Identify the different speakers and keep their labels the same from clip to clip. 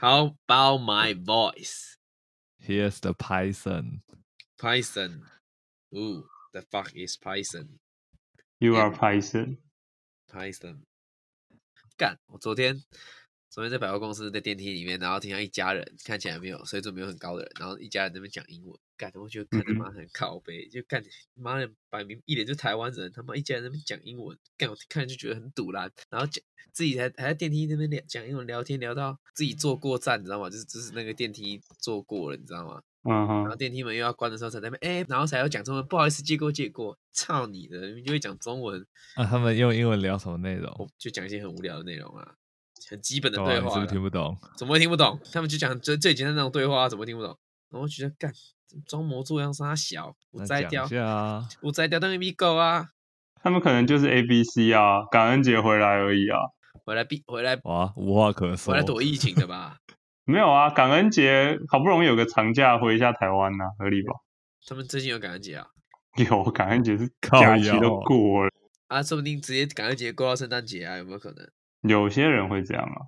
Speaker 1: How about my voice?
Speaker 2: Here's the Python.
Speaker 1: Python. Ooh, the fuck is Python?
Speaker 3: You are Python。
Speaker 1: Python。干！我昨天昨天在百货公司在电梯里面，然后听到一家人看起来没有水准没有很高的人，然后一家人在那边讲英文，干！我觉得干他妈很靠
Speaker 3: 嗯
Speaker 1: 背，就干妈的摆明一脸就是台湾人，他妈一家人在那边讲英文，干我看着就觉得很堵然，然后讲自己还还在电梯那边聊讲英文聊天聊到自己坐过站，你知道吗？就是就是那个电梯坐过了，你知道吗？
Speaker 3: 嗯
Speaker 1: 然后
Speaker 3: 哼，
Speaker 1: 电梯门又要关的时候才在那边，哎、然后才要讲中文，不好意思，借过借过，操你的，你就会讲中文，哦
Speaker 2: 那、啊他们用英文聊什么内容？
Speaker 1: 就讲一些很无聊的内容啊，很基本的
Speaker 2: 对啊
Speaker 1: 对
Speaker 2: 你
Speaker 1: 话
Speaker 2: 是
Speaker 1: 啦、
Speaker 2: 不是听不懂？
Speaker 1: 怎么会听不懂？他们就讲最最简单的那种对话，啊怎么会听不懂？然后我觉得干装模作样杀小，我
Speaker 2: 那
Speaker 1: 摘
Speaker 2: 讲
Speaker 1: 掉
Speaker 2: 一，下啊。
Speaker 1: 我摘掉当一米狗啊，
Speaker 3: 他们可能就是 A B C 啊，感恩节回来而已啊。
Speaker 1: 回来避回来
Speaker 2: 哇，无话可说
Speaker 1: 回来。躲疫情的吧？
Speaker 3: 没有啊，感恩节好不容易有个长假回一下台湾呐、合理吧？
Speaker 1: 他们最近有感恩节啊
Speaker 3: 有感恩节是
Speaker 2: 靠
Speaker 3: 假期
Speaker 2: 腰哦
Speaker 3: 都过了，
Speaker 1: 啊，说不定直接感恩节过到圣诞节啊，有没有可能？
Speaker 3: 有些人会这样啊。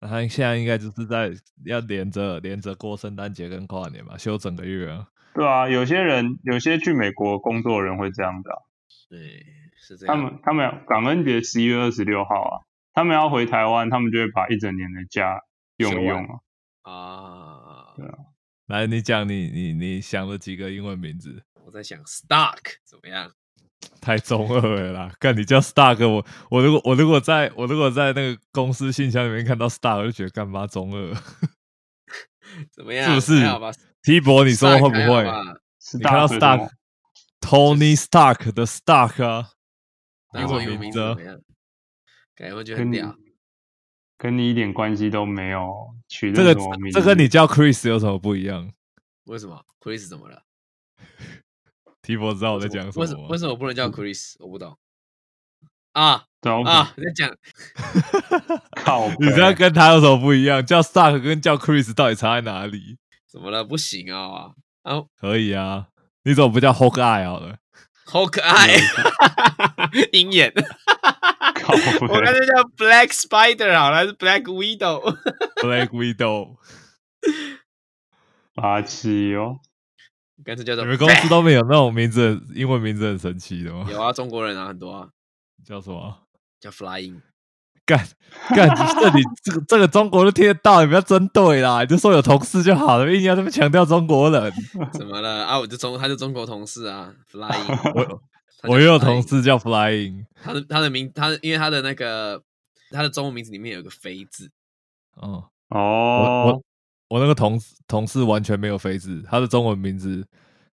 Speaker 2: 那他现在应该就是在要连着连着过圣诞节跟跨年吧，休整个月啊。
Speaker 3: 对啊，有些人有些去美国工作的人会这样的啊、
Speaker 1: 对，啊是这
Speaker 3: 他
Speaker 1: 样。
Speaker 3: 们他们感恩节十一月二十六号啊，他们要回台湾，他们就会把一整年的假用一用啊。
Speaker 1: 啊，
Speaker 2: 来，你讲你你你想了几个英文名字？
Speaker 1: 我在想 Stark 怎么样？
Speaker 2: 太中二了啦！干你叫 Stark，我我如果我如果在我如果在那个公司信箱里面看到 Stark，我就觉得干妈中二。
Speaker 1: 怎么样？
Speaker 2: 是不是
Speaker 1: 还好吧？
Speaker 2: T 博，你说
Speaker 1: Stark
Speaker 2: 会不
Speaker 1: 还好
Speaker 2: 会？
Speaker 1: 吧
Speaker 3: 是
Speaker 2: 你看到
Speaker 3: 大学什么
Speaker 2: Stark Tony Stark 的 Stark 啊？
Speaker 1: 那
Speaker 2: 英
Speaker 1: 我
Speaker 2: 文
Speaker 1: 英文
Speaker 2: 名
Speaker 1: 名
Speaker 2: 字
Speaker 1: 字
Speaker 2: 啊
Speaker 1: 怎么样？感觉我觉得
Speaker 3: 跟
Speaker 1: 很
Speaker 3: 你
Speaker 1: 屌。
Speaker 3: 跟你一点关系都没有，取
Speaker 2: 这
Speaker 3: 的
Speaker 2: 个
Speaker 3: 什么名字？
Speaker 2: 这跟你叫 Chris 有什么不一样
Speaker 1: 为什么？Chris 怎么了？
Speaker 2: ？T 博知道我在
Speaker 1: 为什
Speaker 2: 讲
Speaker 1: 么
Speaker 2: 什
Speaker 1: 为什
Speaker 2: 么吗
Speaker 1: 为？什么不能叫 Chris？我不懂。啊
Speaker 3: 对啊，我
Speaker 1: 啊！你在讲
Speaker 3: 靠
Speaker 2: 你
Speaker 3: 北
Speaker 2: 这样跟他有什么不一样？叫 Stark 跟叫 Chris 到底差在哪里？
Speaker 1: 怎么了？不行啊！啊
Speaker 2: 可以啊，你怎么不叫 Hawkeye 好了？
Speaker 1: 好 可爱，
Speaker 2: 哎
Speaker 1: 鹰眼。
Speaker 3: 靠北
Speaker 1: 我干脆叫 Black Spider 好了，还是 Black Widow？
Speaker 2: Black Widow，
Speaker 3: 八七哦，
Speaker 1: 干脆叫做
Speaker 2: 你们公司都没有那种名字，英文名字很神奇的吗？
Speaker 1: 有啊，中国人啊很多啊，
Speaker 2: 叫什么？
Speaker 1: 叫 Flying。
Speaker 2: 干干，这里这个这个中国都听得到，你不要针对啦，你就说有同事就好了，硬要这么强调中国人。
Speaker 1: 怎么了？啊，我就中，他是中国同事啊，Flying。
Speaker 2: 我
Speaker 1: 他叫
Speaker 2: 我也有
Speaker 1: Flying
Speaker 2: 同事叫 Flying
Speaker 1: 他的他的名，他的因为他的那个他的中文名字里面有个“飞”字，
Speaker 2: 哦。我
Speaker 3: 哦
Speaker 2: 我，我那个同事同事完全没有肥字，他的中文名字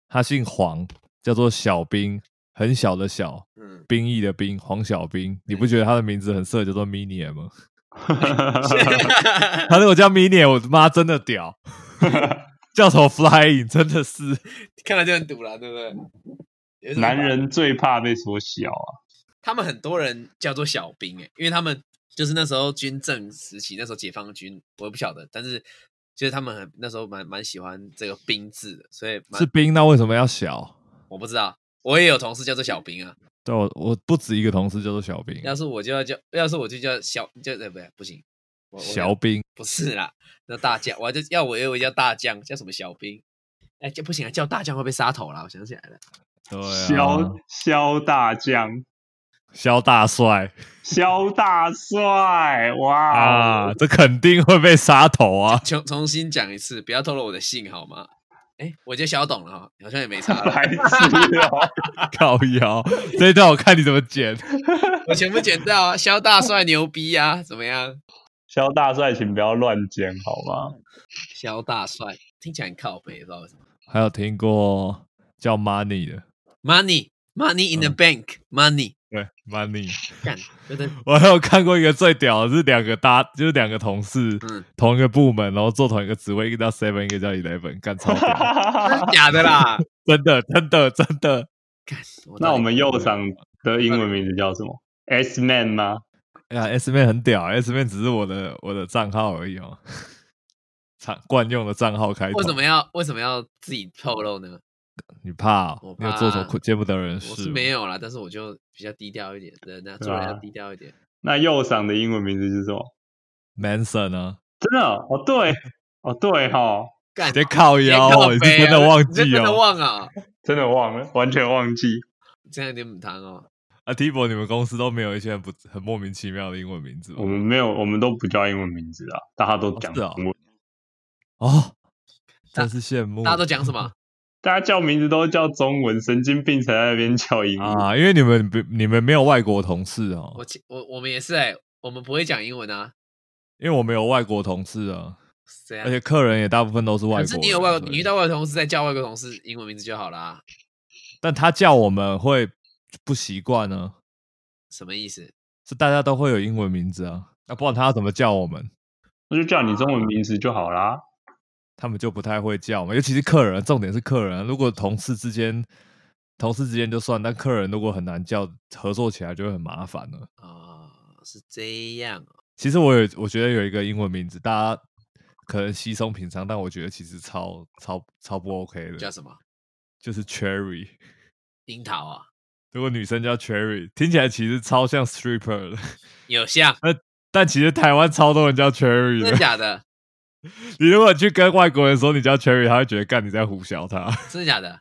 Speaker 2: 他姓黄，叫做小兵，很小的小，
Speaker 1: 嗯，
Speaker 2: 兵役的兵，黄小兵。你不觉得他的名字很适合叫做 Mini 吗？ 他如果叫 Mini，我他妈真的 屌，叫什么 Flying 真的是
Speaker 1: 看来就很堵了，对不对？有一种
Speaker 3: 男，人最怕被说小啊。
Speaker 1: 他们很多人叫做小兵、欸，因为他们就是那时候军政时期，那时候解放军，我也不晓得，但是就是他们很那时候蛮蛮喜欢这个“兵”字的，所以蛮
Speaker 2: 是兵，那为什么要小？
Speaker 1: 我不知道，我也有同事叫做小兵啊，
Speaker 2: 对我我不止一个同事叫做小兵，
Speaker 1: 要是我就要叫，要是我就叫小，就呃不对，不行，我我
Speaker 2: 小兵
Speaker 1: 不是啦，那大将，我还就要我以为叫大将，叫什么小兵？哎，叫不行啊，叫大将会被杀头啦！我想起来了，
Speaker 2: 对啊
Speaker 3: 肖肖大将，
Speaker 2: 肖大帅
Speaker 3: 肖大帅，哇、哦
Speaker 2: 啊，这肯定会被杀头啊！
Speaker 1: 重重新讲一次，不要透露我的姓好吗？哎，我叫小董了哈，好像也没差 了，
Speaker 3: 白痴哦！
Speaker 2: 靠腰，这一段我看你怎么剪。
Speaker 1: 我全部剪掉啊！肖大帅牛逼啊，怎么样？
Speaker 3: 肖大帅，请不要乱讲好吗？
Speaker 1: 肖大帅听起来很靠北，不知道为什么。
Speaker 2: 还有听过叫 Money 的，
Speaker 1: Money money in the
Speaker 2: 嗯
Speaker 1: bank money，
Speaker 2: 对 Money。
Speaker 1: 干，真的，
Speaker 2: 我还有看过一个最屌的是两个搭，就是两个同事、
Speaker 1: 嗯，
Speaker 2: 同一个部门，然后做同一个职位，一个叫 Seven，一个叫 Eleven，干超屌，
Speaker 1: 真的假的啦？
Speaker 2: 真的真的真的。
Speaker 1: 干，我到
Speaker 3: 那
Speaker 1: 底
Speaker 3: 我们右长的英文名字叫什么？S Man 吗？
Speaker 2: 哎呀，S man 很屌，S man 只是我的我的账号而已哦，常惯用的账号开头。
Speaker 1: 为什么要为什么要自己透露呢？
Speaker 2: 你怕哦、
Speaker 1: 我
Speaker 2: 你有做什么
Speaker 1: 怕
Speaker 2: 苦见不得人的事哦
Speaker 1: 我
Speaker 2: 吗？
Speaker 1: 是没有啦，但是我就比较低调一点，人呢、
Speaker 3: 呃哦对
Speaker 1: 做人要
Speaker 3: 啊
Speaker 1: 低调一点。
Speaker 3: 那右长的英文名字是什么？
Speaker 2: Manson 啊，
Speaker 3: 真的哦，对，哦对哈，
Speaker 1: 干
Speaker 2: 别靠腰
Speaker 1: 靠
Speaker 2: 哦，你是
Speaker 1: 背
Speaker 2: 真的
Speaker 1: 啊
Speaker 2: 忘
Speaker 1: 你是
Speaker 2: 记
Speaker 1: 真的
Speaker 2: 哦。
Speaker 1: 忘啊，
Speaker 3: 真的忘了，完全忘记。
Speaker 1: 这样有点母汤哦。
Speaker 2: 啊，Tibo，你们公司都没有一些很不很莫名其妙的英文名字吗
Speaker 3: 我？们没有，我们都不叫英文名字啊，大家都
Speaker 2: 哦
Speaker 3: 讲
Speaker 2: 是
Speaker 3: 中
Speaker 2: 哦
Speaker 3: 文，
Speaker 2: 哦，
Speaker 1: 大
Speaker 2: 真是羡慕。
Speaker 1: 大家都讲什 么？
Speaker 3: 大家叫名字都叫中文，神经病才在那边叫英文。
Speaker 2: 啊？因为你们不你们没有外国同事哦
Speaker 1: 我，其我我们也是哎、我们不会讲英文啊，
Speaker 2: 因为我没有外国同事啊，
Speaker 1: 这样
Speaker 2: 而。且客人也大部分都是外国
Speaker 1: 可
Speaker 2: 人。啊
Speaker 1: 是你有外国，
Speaker 2: 所以
Speaker 1: 你遇到外国同事再叫外国同事英文名字就好啦，
Speaker 2: 但他叫我们会不习惯呢，
Speaker 1: 什么意思？
Speaker 2: 是大家都会有英文名字啊，那不然他要怎么叫我们？
Speaker 3: 那就叫你中
Speaker 2: 啊
Speaker 3: 文名字就好啦。
Speaker 2: 他们就不太会叫嘛，尤其是客人，重点是客人啊。如果同事之间，同事之间就算，但客人如果很难叫，合作起来就会很麻烦了。
Speaker 1: 哦，是这样哦，
Speaker 2: 其实我有，我觉得有一个英文名字，大家可能稀松平常，但我觉得其实超超超不 OK
Speaker 1: 叫
Speaker 2: 的，
Speaker 1: 什么？
Speaker 2: 就是 Cherry。
Speaker 1: 樱桃啊，
Speaker 2: 如果女生叫 Cherry，听起来其实超像 stripper 的，
Speaker 1: 有像，
Speaker 2: 但其实台湾超多人叫 Cherry
Speaker 1: 真的
Speaker 2: 的。
Speaker 1: 假的？
Speaker 2: 你如果去跟外国人说你叫 Cherry，他会觉得干你在胡笑他。
Speaker 1: 真的假的？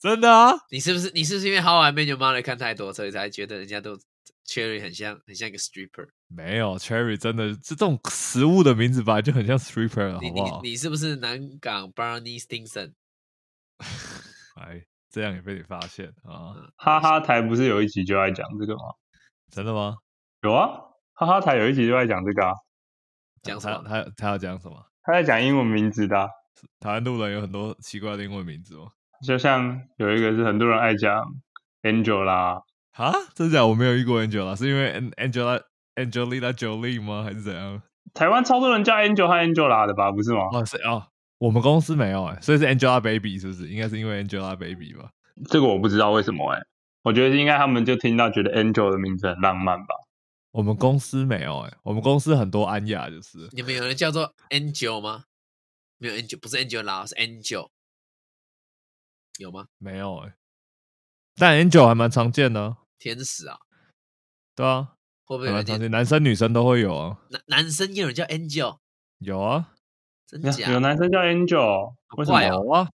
Speaker 2: 真的啊，
Speaker 1: 你是不是你是不是因为《How I Met Your Mother》看太多，所以才觉得人家都 Cherry 很像很像一个 stripper？
Speaker 2: 没有 Cherry 真的这种食物的名字吧，就很像 stripper，
Speaker 1: 你
Speaker 2: 好不好
Speaker 1: 你？你是不是南港 Barney Stinson？
Speaker 2: 哎，这样也被你发现
Speaker 1: 呃
Speaker 2: 啊？
Speaker 3: 哈哈台不是有一集就在讲这个吗？
Speaker 2: 真的吗？
Speaker 3: 有啊，哈哈台有一集就在讲这个啊，
Speaker 1: 讲什
Speaker 2: 呃他
Speaker 1: 么？
Speaker 2: 他他要讲什么？
Speaker 3: 他在讲英文名字的啊、
Speaker 2: 台湾路人有很多奇怪的英文名字哦吗？
Speaker 3: 就像有一个是很多人爱讲 Angel 啦，
Speaker 2: 啊，真假？我没有遇过 Angela，是因为 An- Angela Angelina Jolie 吗？还是怎样？
Speaker 3: 台湾超多人叫 Angel 和 Angel 啦的吧，不是吗？
Speaker 2: 哦，是哦，我们公司没有哎、所以是 Angelababy 是不是？应该是因为 Angelababy 吧？
Speaker 3: 这个我不知道为什么哎、我觉得应该他们就听到觉得 Angel 的名字很浪漫吧。
Speaker 2: 我们公司没有哎、我们公司很多安雅就是
Speaker 1: 你们有人叫做 Angel 吗？没有 Angel，不是 Angel 啦，是 Angel，有吗？
Speaker 2: 没有哎、但 Angel 还蛮常见的啊，
Speaker 1: 天使啊，
Speaker 2: 对啊，
Speaker 1: 会不会
Speaker 2: 还
Speaker 1: 有
Speaker 2: 蛮常
Speaker 1: 点
Speaker 2: 见，男生女生都会有啊，
Speaker 1: 男男生也有人叫 Angel？
Speaker 2: 有啊，
Speaker 1: 真假？
Speaker 3: 有男生叫 Angel，为什
Speaker 1: 怪哦
Speaker 3: 么？
Speaker 2: 有啊。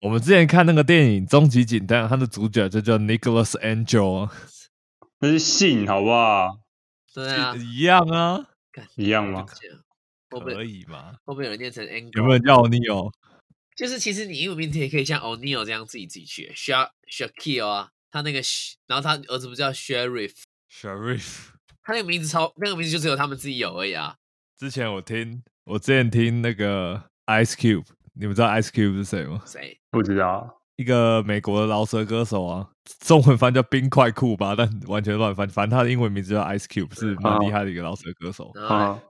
Speaker 2: 我们之前看那个电影《终极警探》，他的主角就叫 Nicholas Angel 啊，
Speaker 3: 那是姓好不好？
Speaker 1: 对啊，
Speaker 2: 一样啊，
Speaker 3: 一样
Speaker 1: 真
Speaker 3: 吗？
Speaker 1: 假会不会
Speaker 2: 可
Speaker 1: 会
Speaker 2: 以嘛？
Speaker 1: 不会有人念成 Angel？
Speaker 2: 有没有人哦叫 Neil？
Speaker 1: 就是其实你英文名字也可以像 O'Neal 这样自己自己取，Sha Shakil 啊，他那个 Sh- 然后他儿子不叫 Sheriff，
Speaker 2: Sharif，
Speaker 1: 他那个名字超那个名字就只有他们自己有而已啊。
Speaker 2: 之前我听，我之前听那个 Ice Cube，你们知道 Ice Cube 是谁吗？
Speaker 1: 谁？
Speaker 3: 不知道。
Speaker 2: 一个美国的饶舌歌手啊，中文翻叫冰块酷吧，但完全乱翻，反正他的英文名字叫 Ice Cube，是蛮厉害的一个饶舌歌手。
Speaker 1: 然后嘞
Speaker 3: 嗯，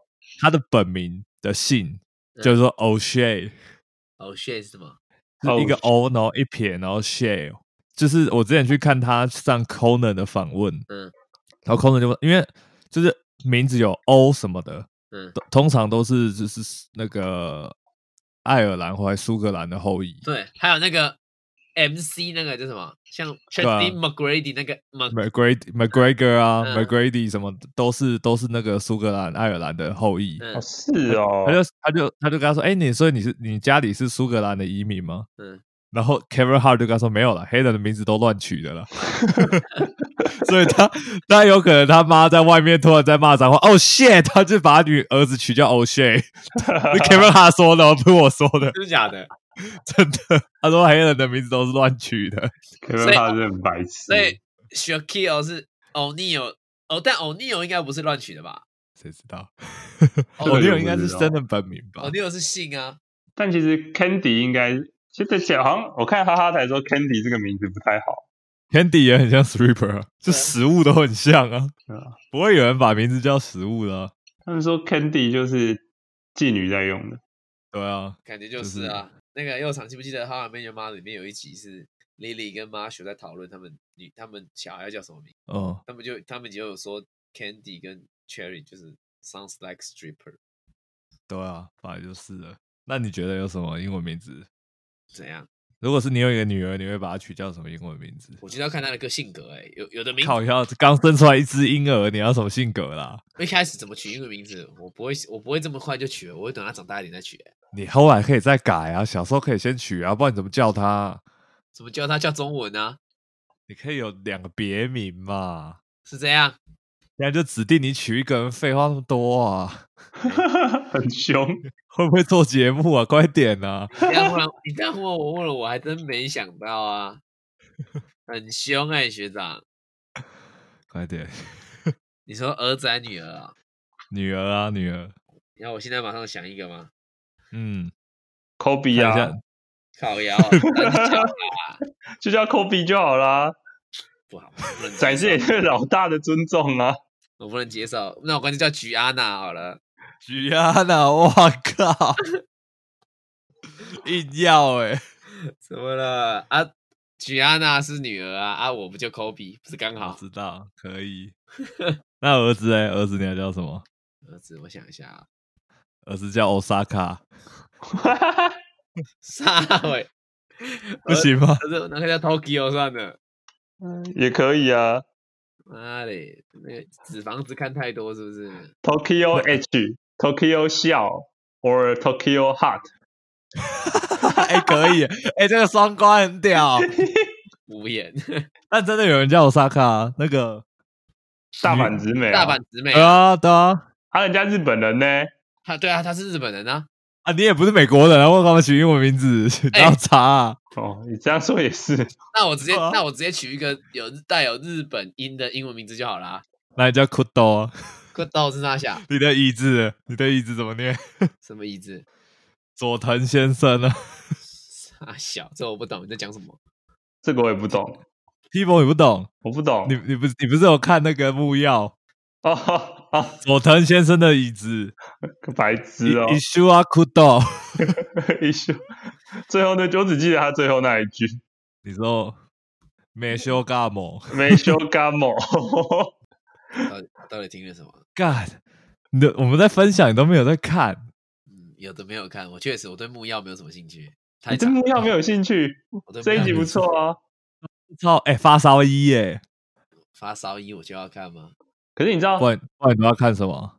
Speaker 2: 他的本名的姓
Speaker 1: 嗯
Speaker 2: 就是说 O'Shea，
Speaker 1: 哦 shit 是什么？
Speaker 2: 是一个
Speaker 3: O'Shea
Speaker 1: 哦
Speaker 2: O，然后一撇，然后 Shea，就是我之前去看他上 Conan 的访问，
Speaker 1: 嗯
Speaker 2: 然后 Conan 就问，因为就是名字有 O 什么的，
Speaker 1: 嗯，
Speaker 2: 都通常都是就是那个爱尔兰或者苏格兰的后裔。
Speaker 1: 对，还有那个 MC 那个叫什么？像 t
Speaker 2: 对
Speaker 1: r
Speaker 2: 啊
Speaker 1: a n s y McGrady 那个 Mc
Speaker 2: McGrady、McGregor 啊、
Speaker 1: 嗯
Speaker 2: McGrady 什么的都是都是那个苏格兰、爱尔兰的后裔。
Speaker 1: 嗯
Speaker 3: 哦是 哦
Speaker 2: 他，就他就他就跟他说：“哎、你所以你是你家里是苏格兰的移民吗？”
Speaker 1: 嗯，
Speaker 2: 然后 Kevin Hart 就跟他说：“没有了，黑人的名字都乱取的了。” 所以他他有可能他妈在外面突然在骂脏话，哦 shit，他就把他女儿子取叫 Oh shit，是 Kevin Hart 说的哦，不是我说的，
Speaker 1: 真的假的？
Speaker 2: 真的。他说黑人的名字都是乱取的。
Speaker 1: 所
Speaker 3: Kevin
Speaker 1: 以
Speaker 3: Hart 是很白痴
Speaker 1: 所。以 Shakil 是 O'Neal，哦，但 O'Neal 应该不是乱取的吧
Speaker 2: 谁知道？
Speaker 1: 哦
Speaker 2: 我
Speaker 3: 这
Speaker 2: 那
Speaker 3: 个
Speaker 2: 个应该
Speaker 3: 不
Speaker 2: 是
Speaker 3: 知道哦
Speaker 2: 真的本名吧？
Speaker 1: ？O'Neal 是姓啊，
Speaker 3: 但其实 Candy 应该，其实讲好像我看哈哈台说 Candy 这个名字不太好，
Speaker 2: Candy 也很像 stripper，啊
Speaker 1: 对
Speaker 2: 就食物都很像啊，
Speaker 3: 对啊
Speaker 2: 不会有人把名字叫食物的啊、
Speaker 3: 他们说 Candy 就是妓女在用的。
Speaker 2: 对啊，
Speaker 1: 感觉就
Speaker 2: 就是
Speaker 1: 是啊。那个右场记不记得《How I Met Your Mother》里面有一集是 Lily 跟 Marshall 在讨论他们女他们小孩要叫什么名，
Speaker 2: 嗯，
Speaker 1: 他们就他们就有说 Candy 跟 Cherry 就是 sounds like stripper
Speaker 2: 对啊，反正就是了。那你觉得有什么英文名字
Speaker 1: 怎样？
Speaker 2: 如果是你有一个女儿，你会把她取叫什么英文名字？
Speaker 1: 我觉得要看他的个性格、欸，哎，有有的名
Speaker 2: 靠，要刚生出来一只婴儿，你要什么性格啦？
Speaker 1: 一开始怎么取英文名字，我不会，我不会这么快就取，我会等他长大一点再取、欸。
Speaker 2: 你后来可以再改啊，小时候可以先取啊，不然你怎么叫她？
Speaker 1: 怎么叫他叫中文啊？
Speaker 2: 你可以有两个别名嘛，
Speaker 1: 是这样？
Speaker 2: 人家就指定你取一个人，废话那么多啊，
Speaker 3: 很凶。
Speaker 2: 会不会做节目啊？快点啊！
Speaker 1: 你这样忽然，你这样忽然我问了，我还真没想到 啊，很凶哎、学长。
Speaker 2: 快点，
Speaker 1: 你说儿子还女儿啊？
Speaker 2: 女儿啊，女儿，
Speaker 1: 你看我现在马上想一个吗？
Speaker 2: 嗯，
Speaker 3: 科比
Speaker 2: 看一
Speaker 3: 啊
Speaker 2: 下，
Speaker 1: 烤窑，三角啊
Speaker 3: 就叫科比就好啦，
Speaker 1: 不好，我不能
Speaker 3: 展
Speaker 1: 接
Speaker 3: 现一
Speaker 1: 受
Speaker 3: 对老大的尊重啊。
Speaker 1: 我不能接受。那我干脆叫菊安娜好了。
Speaker 2: 举安娜，我靠， 硬要哎、
Speaker 1: 怎么了啊？菊安娜是女儿啊，啊，我不就 Kobe，不是刚
Speaker 2: 我
Speaker 3: 哦
Speaker 1: 好？
Speaker 2: 知道，可以。 那儿子哎、儿子你要叫什么？
Speaker 1: 儿子，我想一下啊，
Speaker 2: 儿子叫 Osaka，
Speaker 1: 撒尾，
Speaker 2: 不行吗？
Speaker 1: 儿子那个叫 Tokyo 算了。
Speaker 3: 也可以啊
Speaker 1: 妈嘞，那 个纸房子看太多是不是？
Speaker 3: ，Tokyo H、Tokyo 笑 or Tokyo Hot，
Speaker 2: 哎、可以，哎、这个双关 很屌。
Speaker 1: 无言，
Speaker 2: 但真的有人叫 Osaka，那个
Speaker 3: 大阪直美、啊，
Speaker 1: 大阪直美
Speaker 2: 对
Speaker 1: 啊，
Speaker 2: 啊对啊
Speaker 3: 啊，人家日本人呢，
Speaker 1: 他对啊，他是日本人啊，
Speaker 2: 啊，你也不是美国人啊，我干嘛取英文名字？ 你
Speaker 1: 哎
Speaker 2: 要查、啊
Speaker 3: 哦，你这样说也是，
Speaker 1: 那我直接，
Speaker 3: 哦
Speaker 2: 对啊
Speaker 1: 那我直接取一个有带有日本音的英文名字就好啦。
Speaker 2: 那你叫 Kudo，啊
Speaker 1: 可到是那 下
Speaker 2: 你的椅子，你的椅子怎么念？
Speaker 1: 什么意思？
Speaker 2: 佐藤先生啊
Speaker 1: 傻啊小，这我不懂你在讲什么。
Speaker 3: 这个我也不懂，
Speaker 2: ，People 你不懂，
Speaker 3: 我不懂
Speaker 2: 你你不是你不是有看那个木曜
Speaker 3: 哦哦哦，
Speaker 2: 佐藤先生的椅子
Speaker 3: 白痴哦，
Speaker 2: ，Ishua Kudo，
Speaker 3: 一休，最后那我只记得他最后那一句
Speaker 2: 你说 m i c h e l Gamo，
Speaker 3: 没修干某，
Speaker 1: 到底到底听了什么？
Speaker 2: God，你的我们在分享，你都没有在看，
Speaker 1: 嗯，有的没有看，我确实我对木曜没有什么兴趣，太
Speaker 3: 你对
Speaker 1: 长了。
Speaker 3: 木曜没有兴趣，
Speaker 1: 我对
Speaker 3: 这一
Speaker 1: 木
Speaker 3: 集
Speaker 1: 曜
Speaker 3: 不错啊。
Speaker 2: 操，哎、发烧衣耶，
Speaker 1: 发烧衣我就要看吗？
Speaker 3: 可是你知道
Speaker 2: 不，然不然你都要看什么？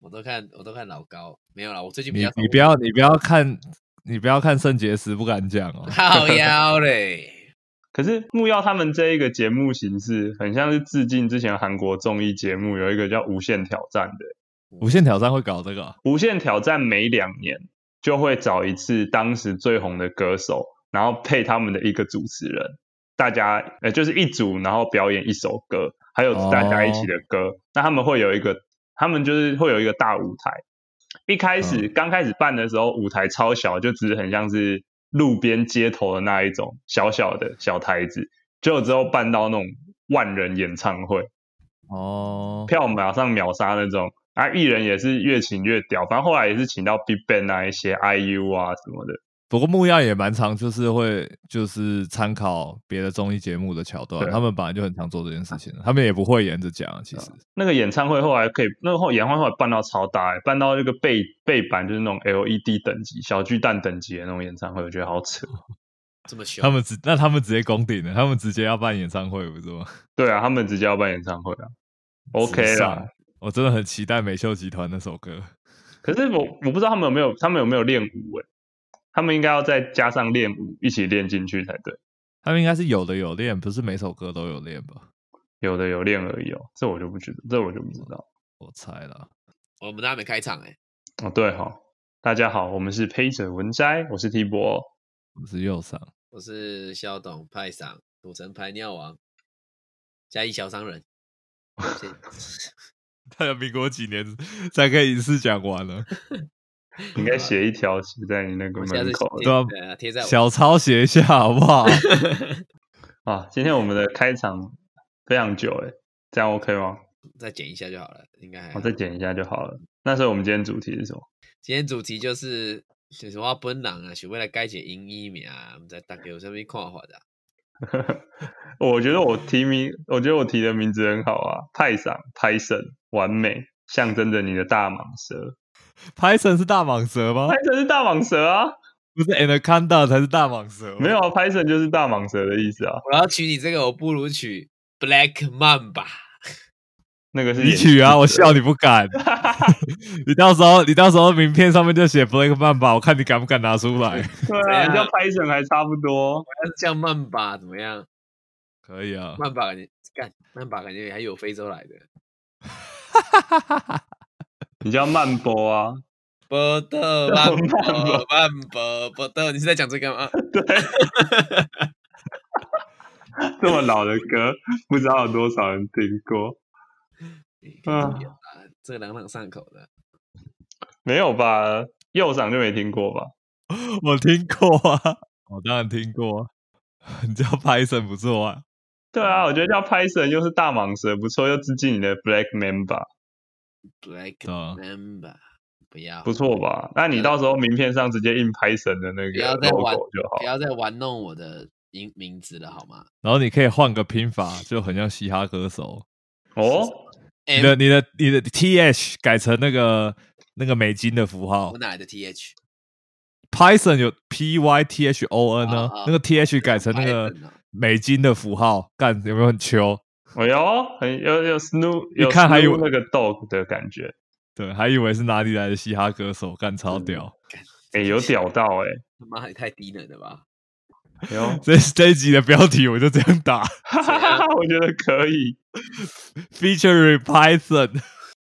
Speaker 1: 我都看我都看老高，没有啦，我最近比
Speaker 2: 你
Speaker 1: 较。
Speaker 2: 你不要你不要看你不要看肾结石，不敢讲哦
Speaker 1: 靠腰嘞，
Speaker 3: 可是木曜他们这一个节目形式，很像是致敬之前韩国综艺节目有一个叫《无限挑战》的，《
Speaker 2: 无限挑战会搞这个啊，
Speaker 3: 无限挑战》每两年就会找一次当时最红的歌手，然后配他们的一个主持人，大家呃就是一组，然后表演一首歌，还有大家一起的歌。那他们会有一个，他们就是会有一个大舞台。一开始、刚开始办的时候，舞台超小，就只是很像是路边街头的那一种小小的小台子。结果之后办到那种万人演唱会，
Speaker 2: 哦，
Speaker 3: 票马上秒杀那种。啊，艺人也是越请越屌，反正后来也是请到 Big Bang 啊、一些 IU 啊什么的。
Speaker 2: 不过木曜也蛮常，就是会就是参考别的综艺节目的桥段，
Speaker 3: 对
Speaker 2: 他们本来就很常做这件事情了，他们也不会沿着讲，其实
Speaker 3: 那个演唱会后来可以，那个后演唱会后来办到超大、欸，办到那个背背板就是那种 LED 等级、小巨蛋等级的那种演唱会，我觉得好扯。
Speaker 2: 哦
Speaker 1: 这么凶，
Speaker 2: 他们直那他们直接攻顶了，他们直接要办演唱会，不是吗？
Speaker 3: 对啊，他们直接要办演唱会啊
Speaker 2: 直
Speaker 3: ，OK 啦
Speaker 2: 上。我真的很期待美秀集团那首歌。
Speaker 3: 可是我我不知道他们有没有，他们有没有练舞诶、欸他们应该要再加上练舞一起练进去才对。
Speaker 2: 他们应该是有的有练，不是每首歌都有练吧？
Speaker 3: 有的有练而已哦，这我就不知道，这我就不知道。
Speaker 2: 我猜啦。
Speaker 1: 我们都还没开场哎、
Speaker 3: 哦，对哈、大家好，我们是胚者文摘，我是 T 博。
Speaker 2: 我是右上，
Speaker 1: 我是肖董派赏，土城排尿王，嘉义小商人，谢谢
Speaker 2: 大家民国几年才可以一次讲完了？
Speaker 3: 你应该写一条写在你那个
Speaker 1: 我下次
Speaker 3: 门口的
Speaker 2: 对啊
Speaker 1: 贴对啊贴在我
Speaker 2: 小抄写一下好不好？
Speaker 3: 啊，今天我们的开场非常久诶，这样 OK 吗？
Speaker 1: 再剪一下就好了，应该还
Speaker 3: 我
Speaker 1: 好。
Speaker 3: 再剪一下就好了。那所以我们今天主题是什么？
Speaker 1: 今天主题就是就是我本人啊，想要来改一个英语名，毋知大家有啥物看法的、啊？
Speaker 3: 我觉得我提名，我觉得我提的名字很好啊，派赏、派神，完美，象征着你的大蟒蛇。
Speaker 2: Python 是大蟒蛇吗
Speaker 3: 派？神是大蟒蛇啊，
Speaker 2: 不是 Anaconda 才是大蟒蛇，
Speaker 3: 没有啊，Python 就是大蟒蛇的意思啊。
Speaker 1: 我要取你这个，我不如取 Black Man 吧。
Speaker 3: 那个是
Speaker 2: 你
Speaker 3: 演
Speaker 2: 取啊，
Speaker 3: 戏
Speaker 2: 我
Speaker 3: 的
Speaker 2: 笑你不 敢。你到时候你到时候名片上面就写 Black Man 吧，我看你敢不敢拿出来。
Speaker 3: 对
Speaker 1: 怎
Speaker 3: 啊，
Speaker 1: 样
Speaker 3: 你叫 Python 还差不多。
Speaker 1: 我要叫曼巴怎么样？
Speaker 2: 可以啊，
Speaker 1: 曼巴感觉干，曼巴感觉还有非洲来的。
Speaker 3: 你叫曼波啊？
Speaker 1: 波特曼波曼波波特，你是在讲这个吗？
Speaker 3: 这么老的歌，不知道有多少人听过？嗯
Speaker 1: 这个朗朗上口的，
Speaker 3: 没有吧？右赏就没听过吧？
Speaker 2: 我听过啊，我当然听过啊。 你叫 Python 不错啊，
Speaker 3: 对啊，我觉得叫 Python 又是大蟒蛇，不错，又致敬你的 Black Mamba，
Speaker 1: Black
Speaker 2: 对啊
Speaker 1: Mamba，不要
Speaker 3: 不错？吧？那你到时候名片上直接印 Python 的那
Speaker 1: 不要
Speaker 3: 个
Speaker 1: 再玩
Speaker 3: logo 就好
Speaker 1: 不。要再玩弄我的名名字了好吗
Speaker 2: 然后你可以换个拼法，就很像嘻哈歌手。
Speaker 3: 哦，
Speaker 2: 你的
Speaker 1: ？M
Speaker 2: 你的你的 th 改成那个那个美金的符号
Speaker 1: 我哪来的 TH？
Speaker 2: ，Python 有 p y t h o n 呢
Speaker 1: 啊啊，
Speaker 2: 那个 th 改成那个
Speaker 1: Python 啊
Speaker 2: 美金的符号，干有没有很秋？
Speaker 3: 哎呦，很有有 Snoop，
Speaker 2: 一
Speaker 3: 有
Speaker 2: 看还以
Speaker 3: Snoop
Speaker 2: 为
Speaker 3: 那个 dog 的感觉，
Speaker 2: 对，还以为是哪里来的嘻哈歌手，干超屌。
Speaker 1: 嗯
Speaker 3: 哎，有屌到哎，
Speaker 1: 他妈也太低能了吧！
Speaker 3: 哎 呦，
Speaker 2: 这这一集的标题我就这样打
Speaker 3: 哈哈
Speaker 1: 啊
Speaker 3: 哈， 我觉得可以。
Speaker 2: ，featuring Python。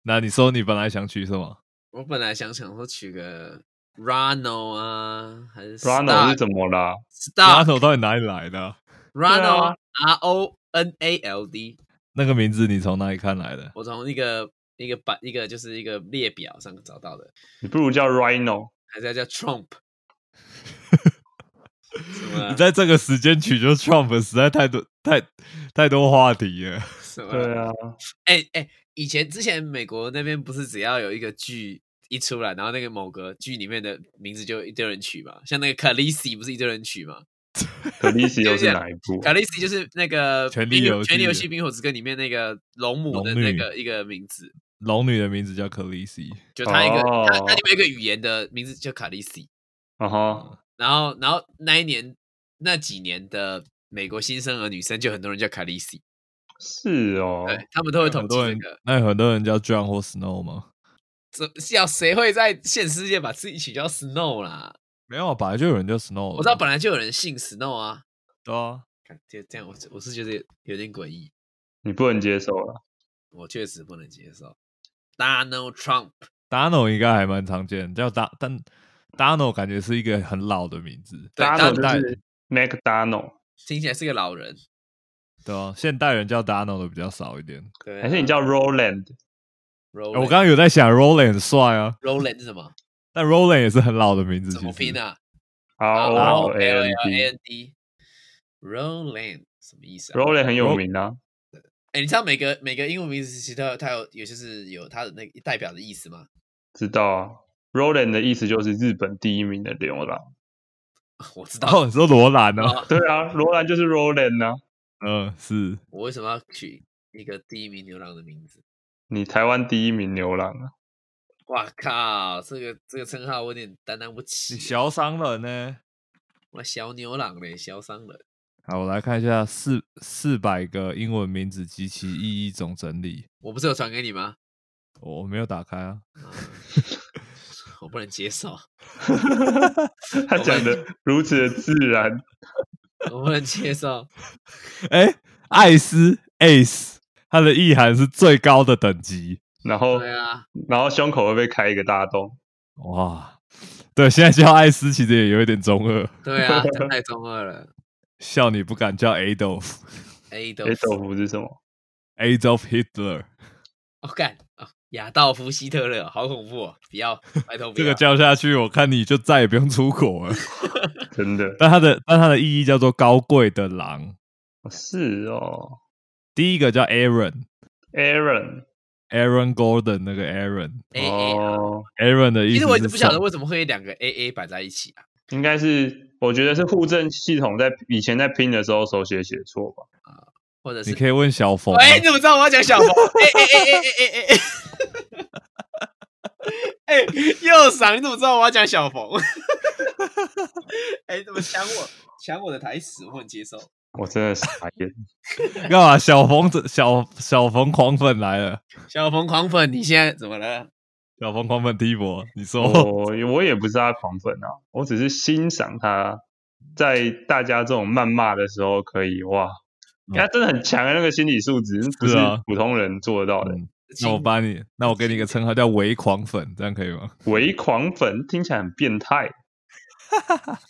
Speaker 2: 那你说你本来想取什么？
Speaker 1: 我本来想想说取个 Rano 啊，还是
Speaker 3: Rano 是怎么啦？
Speaker 2: 拉
Speaker 1: Star
Speaker 2: 手到底哪里来的啊？
Speaker 1: Rano R O N A L D？
Speaker 2: 那个名字你从哪里看来的？
Speaker 1: 我从一个一个版一个就是一个列表上找到的，
Speaker 3: 你不如叫 Rhino。
Speaker 1: 还是要叫 Trump？什么
Speaker 2: 你在这个时间取就 Trump 实在太多太太多话题了。
Speaker 1: 什么？
Speaker 3: 对啊，
Speaker 1: 哎哎，以前之前美国那边不是只要有一个剧一出来，然后那个某个剧里面的名字就一堆人取嘛，像那个 k a l i s i 不是一堆人取嘛
Speaker 3: 可丽 西又是哪一部
Speaker 1: k？a l i s i 就是那个
Speaker 2: 权力
Speaker 1: 冰
Speaker 2: 游
Speaker 1: 权力
Speaker 2: 戏
Speaker 1: 游戏冰火之歌里面那个龙母
Speaker 2: 龙
Speaker 1: 的那
Speaker 2: 女
Speaker 1: 个一个名字，
Speaker 2: 龙女的名字叫 k a l i s i
Speaker 1: 就它一个它它
Speaker 3: 哦
Speaker 1: 里面有一个语言的名字叫 k a l i s i
Speaker 3: 啊哈，
Speaker 1: 然后然后那一年那几年的美国新生儿女生就很多人叫 k a l i s i
Speaker 3: 是哦，
Speaker 1: 对他们都会统
Speaker 2: 很
Speaker 1: 计
Speaker 2: 多
Speaker 1: 这
Speaker 2: 人
Speaker 1: 个。
Speaker 2: 那有很多人叫 John 或 Snow 吗？
Speaker 1: 这要谁会在现实世界把自己取叫 Snow 啦？
Speaker 2: 没有，啊本来就有人叫 Snow 了。
Speaker 1: 我知道本来就有人姓 Snow 啊，
Speaker 2: 对啊，
Speaker 1: 看这这样我是我是觉得有点诡异，
Speaker 3: 你不能接受了。
Speaker 1: 我确实不能接受。Donald Trump，
Speaker 2: Dano 应该还蛮常见，叫达但 Dano 感觉是一个很老的名字，
Speaker 1: 对
Speaker 3: Dano
Speaker 2: 当代
Speaker 3: 就是 McDonald，
Speaker 1: 听起来是个老人，
Speaker 2: 对啊，现代人叫 Dano 的比较少一点。哎
Speaker 1: 对、啊，
Speaker 3: 还是你叫 Roland？
Speaker 2: 我
Speaker 1: Roland？
Speaker 2: 刚刚有在想 Roland 很帅啊，
Speaker 1: Roland 是什么？
Speaker 2: 但 Roland 也是很老的名字，
Speaker 1: 怎么
Speaker 2: 其实
Speaker 1: 拼啊
Speaker 3: R O
Speaker 1: O
Speaker 3: L A N
Speaker 1: A
Speaker 3: D。
Speaker 1: N D。Roland 什么意思啊？
Speaker 3: Roland 很有名啊，
Speaker 1: 哎、你知道每个每个英文名字其实都有它有有些是有它的那个代表的意思吗？
Speaker 3: 知道啊。Roland 的意思就是日本第一名的牛郎。
Speaker 1: 我知
Speaker 2: 哦，
Speaker 1: 道，
Speaker 2: 你说罗兰呢、
Speaker 1: 啊、
Speaker 3: 对啊，罗兰就是 Roland 啊。
Speaker 2: 嗯，是
Speaker 1: 我为什么要取一个第一名牛郎的名字？
Speaker 3: 你台湾第一名牛郎啊，
Speaker 1: 哇靠，这个这个称号我有点担当不起
Speaker 2: 你
Speaker 1: 耶。
Speaker 2: 小商人呢、
Speaker 1: 我小牛郎嘞，小商人。
Speaker 2: 好，我来看一下四四百个英文名字及其意义总整理。
Speaker 1: 我不是有传给你吗？
Speaker 2: 我我没有打开啊，
Speaker 1: 我不能接受，
Speaker 3: 他讲的如此的自然。
Speaker 1: 我不能接受。
Speaker 2: 哎、艾斯 Ace，它的意涵是最高的等级。
Speaker 3: 然
Speaker 2: 哦
Speaker 3: 后，
Speaker 1: 对啊，
Speaker 3: 然后胸口会被开一个大洞。
Speaker 2: 哇，对，现在叫艾斯其实也有一点中二，
Speaker 1: 对啊，这太中二 了。
Speaker 2: 笑你不敢叫 Adolf
Speaker 1: A 豆
Speaker 3: 哎，豆
Speaker 1: 腐，
Speaker 3: 腐是什么？
Speaker 2: Adolf Hitler，
Speaker 1: 啊我干啊，亚道夫希特勒，好恐怖哦！不要，拜托不
Speaker 2: 这
Speaker 1: 要。
Speaker 2: 个叫下去，我看你就再也不用出国了。
Speaker 3: 真的
Speaker 2: 但它的但它的意义叫做高贵的狼。
Speaker 3: 是哦
Speaker 2: 第一个叫 Aaron，Aaron
Speaker 3: ，Aaron。
Speaker 2: Gordon 那个 Aaron，Aaron
Speaker 1: A A，
Speaker 3: 哦，
Speaker 2: 的意
Speaker 1: 其实
Speaker 2: 思是
Speaker 1: 我一直不晓得
Speaker 2: 送
Speaker 1: 为什么会有两个 A A 摆在一起啊。
Speaker 3: 应该是，我觉得是户政系统在以前在拼的时候手写写错吧。
Speaker 1: 或者是
Speaker 2: 你，可以问小冯啊、
Speaker 1: 喂，你怎么知道我要讲小冯？哎哎哎哎 哎哎哎！哎，右赏，你怎么知道我要讲小冯？ 哎、怎么抢我抢我的台词？我不能接受。
Speaker 3: 我真的傻 眼。
Speaker 2: 干嘛？小冯子小小冯狂粉来了，
Speaker 1: 小冯狂粉，你现在怎么了？
Speaker 2: 小冯狂粉 T 博，你
Speaker 1: 哦
Speaker 2: 说
Speaker 3: 我我也不是他狂粉啊，我只是欣赏他在大家这种谩骂的时候可以哇，
Speaker 2: 嗯
Speaker 3: 他真的很强的啊那个心理素质，不是
Speaker 2: 啊
Speaker 3: 普通人做得到的。
Speaker 2: 嗯那我帮你，那我给你一个称号叫伪狂粉，这样可以吗？
Speaker 3: 伪狂粉听起来很变 态，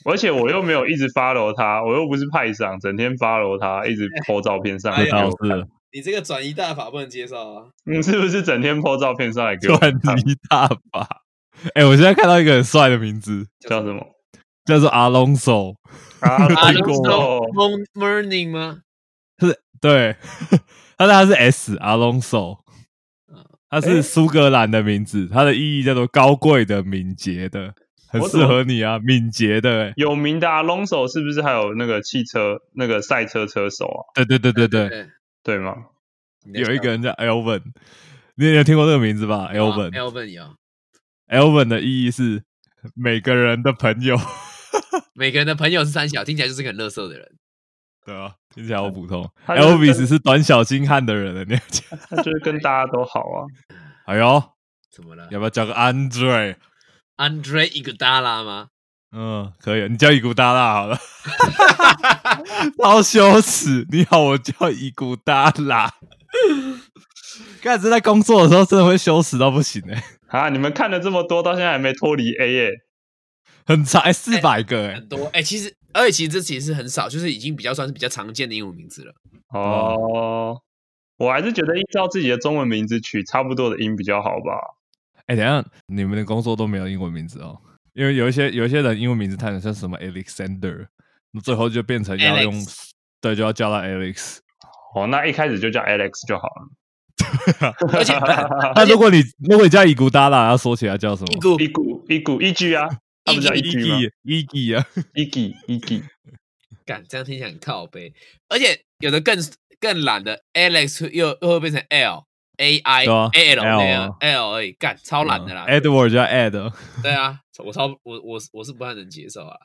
Speaker 3: 而且我又没有一直 follow 他，我又不是派上，整天 follow 他，一直 po 照片上来
Speaker 1: 哎
Speaker 3: 给
Speaker 1: 呦
Speaker 3: 我
Speaker 2: 倒
Speaker 3: 看。
Speaker 2: 是
Speaker 1: 你这个转移大法不能接受啊！
Speaker 3: 你是不是整天 po 照片上来给我
Speaker 2: 转
Speaker 3: 看？
Speaker 2: 移大法。哎、我现在看到一个很帅的名字，
Speaker 3: 叫什么？
Speaker 2: 叫做阿隆索，
Speaker 3: 啊，
Speaker 1: 啊，
Speaker 3: 泰
Speaker 1: 你
Speaker 3: 国
Speaker 1: 知道 Mon- morning 吗？
Speaker 2: 对， 他的他是 S 阿隆索
Speaker 1: 嗯，
Speaker 2: 他
Speaker 3: 哎
Speaker 2: 是苏格兰的名字，它的意义叫做高贵的、敏捷的，很
Speaker 3: 我怎
Speaker 2: 适
Speaker 3: 么
Speaker 2: 合你啊，敏捷的、哎，
Speaker 3: 有名的 Alonso 是不是还有那个汽车那个赛车车手啊？
Speaker 2: 对对对对对，
Speaker 1: 对，
Speaker 3: 对吗？
Speaker 1: 你在
Speaker 2: 有一
Speaker 1: 想
Speaker 2: 个人叫 Elvin，你有听过这个名字吧
Speaker 1: 有啊
Speaker 2: ？Elvin，Elvin、
Speaker 1: Elvin 有，
Speaker 2: Elvin 的意义是每个人的朋友，
Speaker 1: 每个人的朋友是三小，听起来就是个很乐色的人。
Speaker 2: 对啊，听起来好普通。
Speaker 3: 他就是
Speaker 2: Elvis
Speaker 3: 跟
Speaker 2: 是短小精悍的人，你要讲，
Speaker 3: 他就是跟大家都好啊。
Speaker 2: 哎呦。
Speaker 1: 怎么了
Speaker 2: 要不要叫个 Andre？
Speaker 1: ？Andre Iguodala 吗？
Speaker 2: 嗯，可以，你叫伊古达拉好了， 好羞耻！你好，我叫伊古达拉。干这在工作的时候真的会羞耻到不行哎、
Speaker 3: 啊，你们看了这么多，到现在还没脱离 A 耶、
Speaker 2: 很长哎，四百个哎、
Speaker 1: 很多哎、其实而且其实这其实是很少，就是已经比较算是比较常见的英文名 字了。
Speaker 3: 哦，我还是觉得依照自己的中文名字取差不多的音比较好吧。
Speaker 2: 哎、等一下你们的工作都没有英文名字哦，因为有一些有一些人英文名字他很像什么 Alexander，那最后就变成要用
Speaker 1: Alex
Speaker 2: 对，就要叫他 Alex。
Speaker 3: 哦，那一开始就叫 Alex 就好了。
Speaker 1: 而且
Speaker 2: 那如果你如果你叫伊古达拉，要说起来叫什么
Speaker 1: 一股
Speaker 3: 一股一股一句啊，他不叫一句吗？
Speaker 2: 伊吉啊，
Speaker 3: 一句一句，
Speaker 1: 干，这样听起来很靠背。而且有的更更懒的 Alex 又又会变成 L A I
Speaker 2: 对啊
Speaker 1: L 那样
Speaker 2: 啊
Speaker 1: L 而已，干超懒的啦。
Speaker 2: Edward 叫 Ed，
Speaker 1: 对啊，我超我我我是不太能接受啊，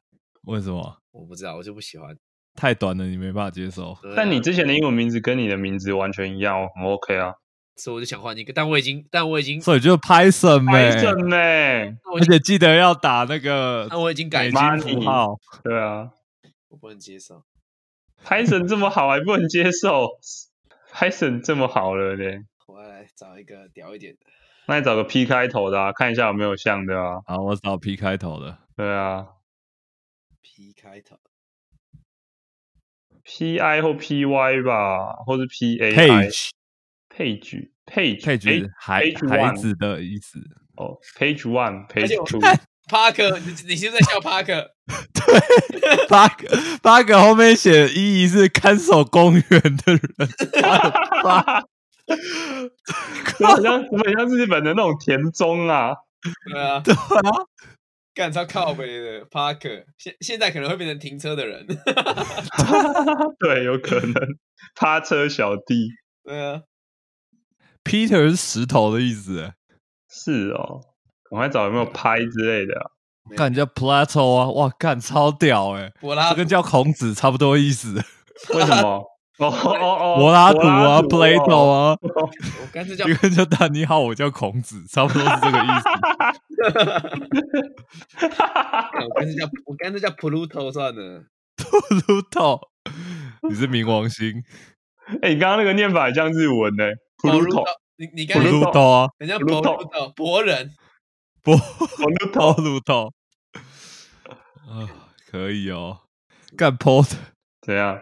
Speaker 2: 为什么？
Speaker 1: 我不知道，我就不喜欢。
Speaker 2: 太短了，你没办法接受。
Speaker 1: 对啊
Speaker 3: 但你之前的英文名字跟你的名字完全一样哦，很 OK 啊。
Speaker 1: 所以我就想换一个，但我已经但我已经
Speaker 2: 所以就 Python 呗、
Speaker 3: Python 呢？
Speaker 1: 我
Speaker 2: 而且记得要打那个
Speaker 1: 但我已经改
Speaker 2: 美
Speaker 1: 名，
Speaker 2: 金符号。
Speaker 3: 对啊
Speaker 1: 我不能接受。
Speaker 3: ，Python 这么好还不能接受，Python 这么好了呢？
Speaker 1: 我要来找一个屌一点的。
Speaker 3: 那你找个 P 开头的啊，看一下有没有像的啊。
Speaker 2: 好，我找 P 开头的。
Speaker 3: 对啊
Speaker 1: P 开头
Speaker 3: ，P I 或 P Y 吧，或是 P A I。
Speaker 2: Page
Speaker 3: Page Page
Speaker 2: Page 孩
Speaker 3: Page
Speaker 2: 孩
Speaker 3: one
Speaker 2: 子的意思。
Speaker 3: 哦，Page One
Speaker 1: 而且
Speaker 3: Page
Speaker 1: 我
Speaker 3: Two，
Speaker 1: Parker，你你是不是在笑 Parker？
Speaker 2: 八个八个后面写意义是看守公园的人。
Speaker 3: 怎么很像怎么很像日本的那种田中啊？
Speaker 1: 对啊，
Speaker 2: 对啊，
Speaker 1: 干超靠北的 Parker，现现在可能会变成停车的人。
Speaker 3: 对，有可能趴车小弟
Speaker 1: 对啊，
Speaker 2: ，Peter 是石头的意思。欸
Speaker 3: 是哦。赶快找有没有拍之类的啊、
Speaker 1: 没有啊
Speaker 2: 干叫 Plato 啊，哇，干超屌哎、
Speaker 1: 柏拉
Speaker 2: 这
Speaker 1: 图
Speaker 2: 跟叫孔子差不多意思。
Speaker 3: 为什么？哦哦哦，
Speaker 2: 柏拉图啊
Speaker 3: 柏拉图
Speaker 2: ，Plato
Speaker 3: 哦
Speaker 2: 啊，
Speaker 1: 我干脆叫
Speaker 2: 一个叫大你好，我叫孔子，差不多是这 个意思。
Speaker 1: 我干脆叫我干脆叫 Pluto 算了。
Speaker 2: l u t o 你是冥王星
Speaker 3: 哎、你刚刚那个念法很像日文呢、普鲁托，
Speaker 1: 你 你刚才
Speaker 3: Pluto
Speaker 2: ，Pluto 啊，
Speaker 1: 人家
Speaker 3: Pluto
Speaker 1: Pluto 博人，
Speaker 2: 不
Speaker 3: 普鲁托，
Speaker 2: 哦，Pluto 啊，可以哦。干 Porter，Porter
Speaker 3: 怎样？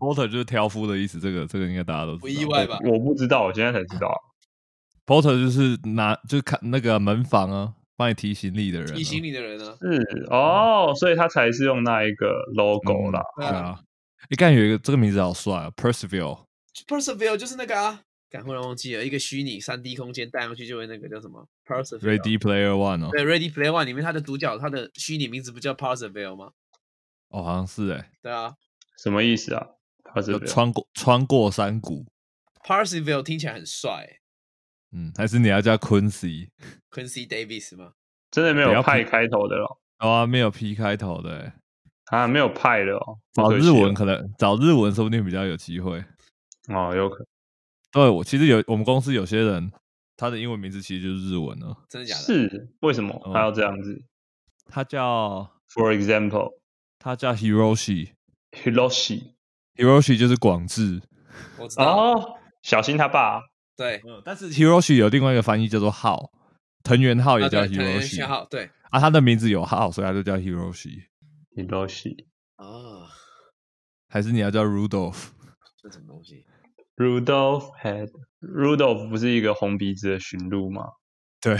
Speaker 2: 就是挑夫的意思，这个这个应该大家都知道
Speaker 1: 不意外吧？
Speaker 3: 我不知道，我现在才知道。啊
Speaker 2: ？Porter 就是拿就是看那个门房啊，帮你提行李的人啊、
Speaker 1: 提醒你的人呢？
Speaker 3: 是哦，所以他才是用那一个 logo
Speaker 2: 嗯
Speaker 3: 啦。
Speaker 1: 对
Speaker 2: 对
Speaker 1: 啊
Speaker 2: 啊。你看有一个这个名字好帅啊，Percival，
Speaker 1: ，Persevere 就是那个啊，赶忽然忘记了，一个虚拟三 D 空间带上去就会那个叫什么 Persevere。
Speaker 2: Ready Player One 哦，
Speaker 1: 对，Ready Player One 里面他的主角，他的虚拟名字不叫 Persevere 吗？
Speaker 2: 哦，好像是哎、
Speaker 1: 对啊
Speaker 3: 什么意思啊？他是
Speaker 2: 有穿过穿过山谷，
Speaker 1: ，Persevere 听起来很帅
Speaker 2: 嗯，还是你要叫 Quincy？
Speaker 1: ，Quincy Davis 吗？
Speaker 3: 真的没
Speaker 2: 不
Speaker 3: 有
Speaker 2: 要
Speaker 3: 派
Speaker 2: 碰
Speaker 3: 开头的了。
Speaker 2: 哦啊，没有 P 开头的欸，
Speaker 3: 啊，没有派的哦，
Speaker 2: 找
Speaker 3: 好可惜
Speaker 2: 日
Speaker 3: 哦
Speaker 2: 文可能找日文说不定比较有机会。
Speaker 3: 哦，有可
Speaker 2: 对我其实有我们公司有些人，他的英文名字其实就是日文了，
Speaker 1: 真的假的？
Speaker 3: 是为什么
Speaker 2: 哦
Speaker 3: 他要这样子
Speaker 2: 他叫
Speaker 3: ？For example,
Speaker 2: 他叫 Hiroshi。
Speaker 3: Hiroshi
Speaker 2: Hiroshi 就是广志，
Speaker 1: 我知道，
Speaker 3: 哦，小心他爸
Speaker 1: 对，
Speaker 2: 嗯但是 Hiroshi 有另外一个翻译叫做浩，藤原浩也
Speaker 1: 啊
Speaker 2: 叫
Speaker 1: 对，藤原信
Speaker 2: Hiroshi
Speaker 1: 号对，
Speaker 2: 啊，他的名字有浩，所以他就叫 Hiroshi。
Speaker 3: Hiroshi
Speaker 1: 哦，
Speaker 2: 还是你要叫 Rudolph？
Speaker 1: 这什么东西？
Speaker 3: Rudolph Head Rudolph 不是一个红鼻子的驯鹿吗？
Speaker 2: 对，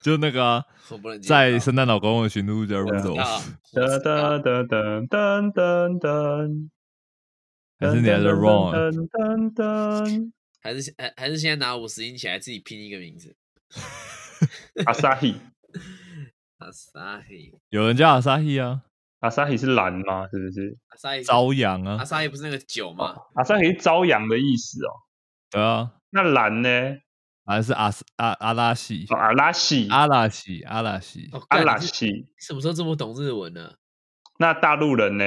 Speaker 2: 就那个啊、
Speaker 1: 我不能接
Speaker 2: 在
Speaker 1: 受
Speaker 2: 圣诞老公公的巡路叫
Speaker 3: 对啊
Speaker 2: Rudolph，
Speaker 1: 啊我
Speaker 3: 噔
Speaker 1: 知道
Speaker 3: 噔噔噔噔噔噔，
Speaker 2: 还是你还是啊 Ron？
Speaker 3: 噔噔噔
Speaker 1: 还是还还是现在拿五十音起来自己拼一个名字。
Speaker 3: 噔，阿萨希
Speaker 1: 阿萨黑，
Speaker 2: 有人叫阿萨希啊，
Speaker 3: 阿萨希是蓝吗？是不是？
Speaker 1: 阿萨黑，
Speaker 2: 朝阳
Speaker 1: 阿
Speaker 2: 啊，
Speaker 1: 萨黑不是那个
Speaker 3: 哦
Speaker 1: 酒吗？
Speaker 3: 阿萨希是朝阳的意思哦。
Speaker 2: 对啊，
Speaker 3: 那蓝呢？
Speaker 2: 还是阿斯阿阿拉西
Speaker 3: 哦，阿拉西
Speaker 2: 阿拉西阿拉西，
Speaker 1: 哦，
Speaker 3: 阿
Speaker 1: 干
Speaker 3: 拉
Speaker 1: 你是
Speaker 3: 西。
Speaker 1: 你什么时候这么懂日文呢？
Speaker 3: 那大陆人呢？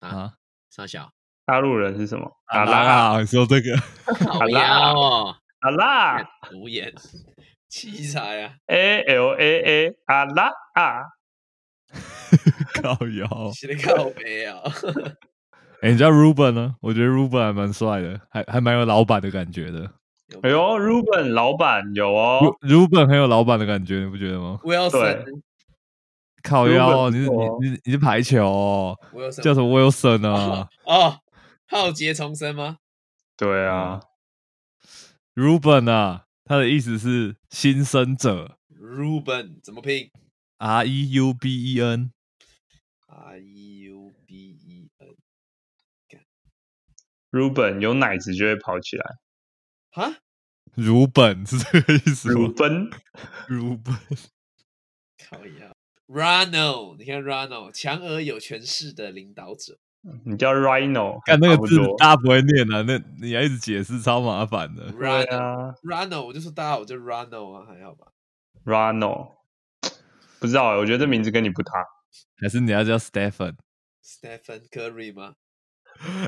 Speaker 2: 啊，
Speaker 1: 傻 小，
Speaker 3: 大陆人是什么？
Speaker 2: 阿
Speaker 3: 拉啊
Speaker 2: 拉，啊你说这个
Speaker 1: 好呀哦，
Speaker 3: 阿拉
Speaker 1: 无言，气啥呀？
Speaker 3: A L A A 阿拉啊，
Speaker 2: 靠腰，
Speaker 1: 写的靠背啊！
Speaker 2: 哎，你叫 Ruben 呢？我觉得 Ruben 还蛮帅的，还还蛮有老板的感觉的
Speaker 3: 哎呦，Ruben 老板有哦
Speaker 2: ，Ru-，Ruben 很有老板的感觉，你不觉得吗？
Speaker 1: ，Wilson，Wilson
Speaker 2: 靠
Speaker 3: Ruben
Speaker 2: 腰，你是
Speaker 3: 不错哦
Speaker 2: 你你你是排球哦，叫什么 Wilson 啊
Speaker 1: 哦，浩劫重生吗？
Speaker 3: 对啊，
Speaker 2: ，Ruben 啊，他的意思是新生者
Speaker 1: Ruben 怎么拼
Speaker 2: ，R E U B E N。
Speaker 1: ？R E U B E N
Speaker 3: 日本有奶子就会跑起来。
Speaker 1: 哈，
Speaker 2: 如本是这个意思
Speaker 3: 鲁
Speaker 2: 吗？
Speaker 3: 奔
Speaker 2: 如本，
Speaker 1: 靠呀！Rano，你看 Rano，强而有权势的领导者，
Speaker 3: 你叫 Rhino，
Speaker 2: 看那
Speaker 3: 差
Speaker 2: 个
Speaker 3: 不
Speaker 2: 字
Speaker 3: 多
Speaker 2: 大家不会念啊，那你要一直解释，超麻烦的。
Speaker 3: 对
Speaker 1: Rano，
Speaker 3: 啊
Speaker 1: Rano，我就说大家好，我就 Rano 啊，还好吧？
Speaker 3: ，Rhino，不知道欸，我觉得这名字跟你不搭。
Speaker 2: 还是你要叫 Stephen？
Speaker 1: Stephen Curry 吗？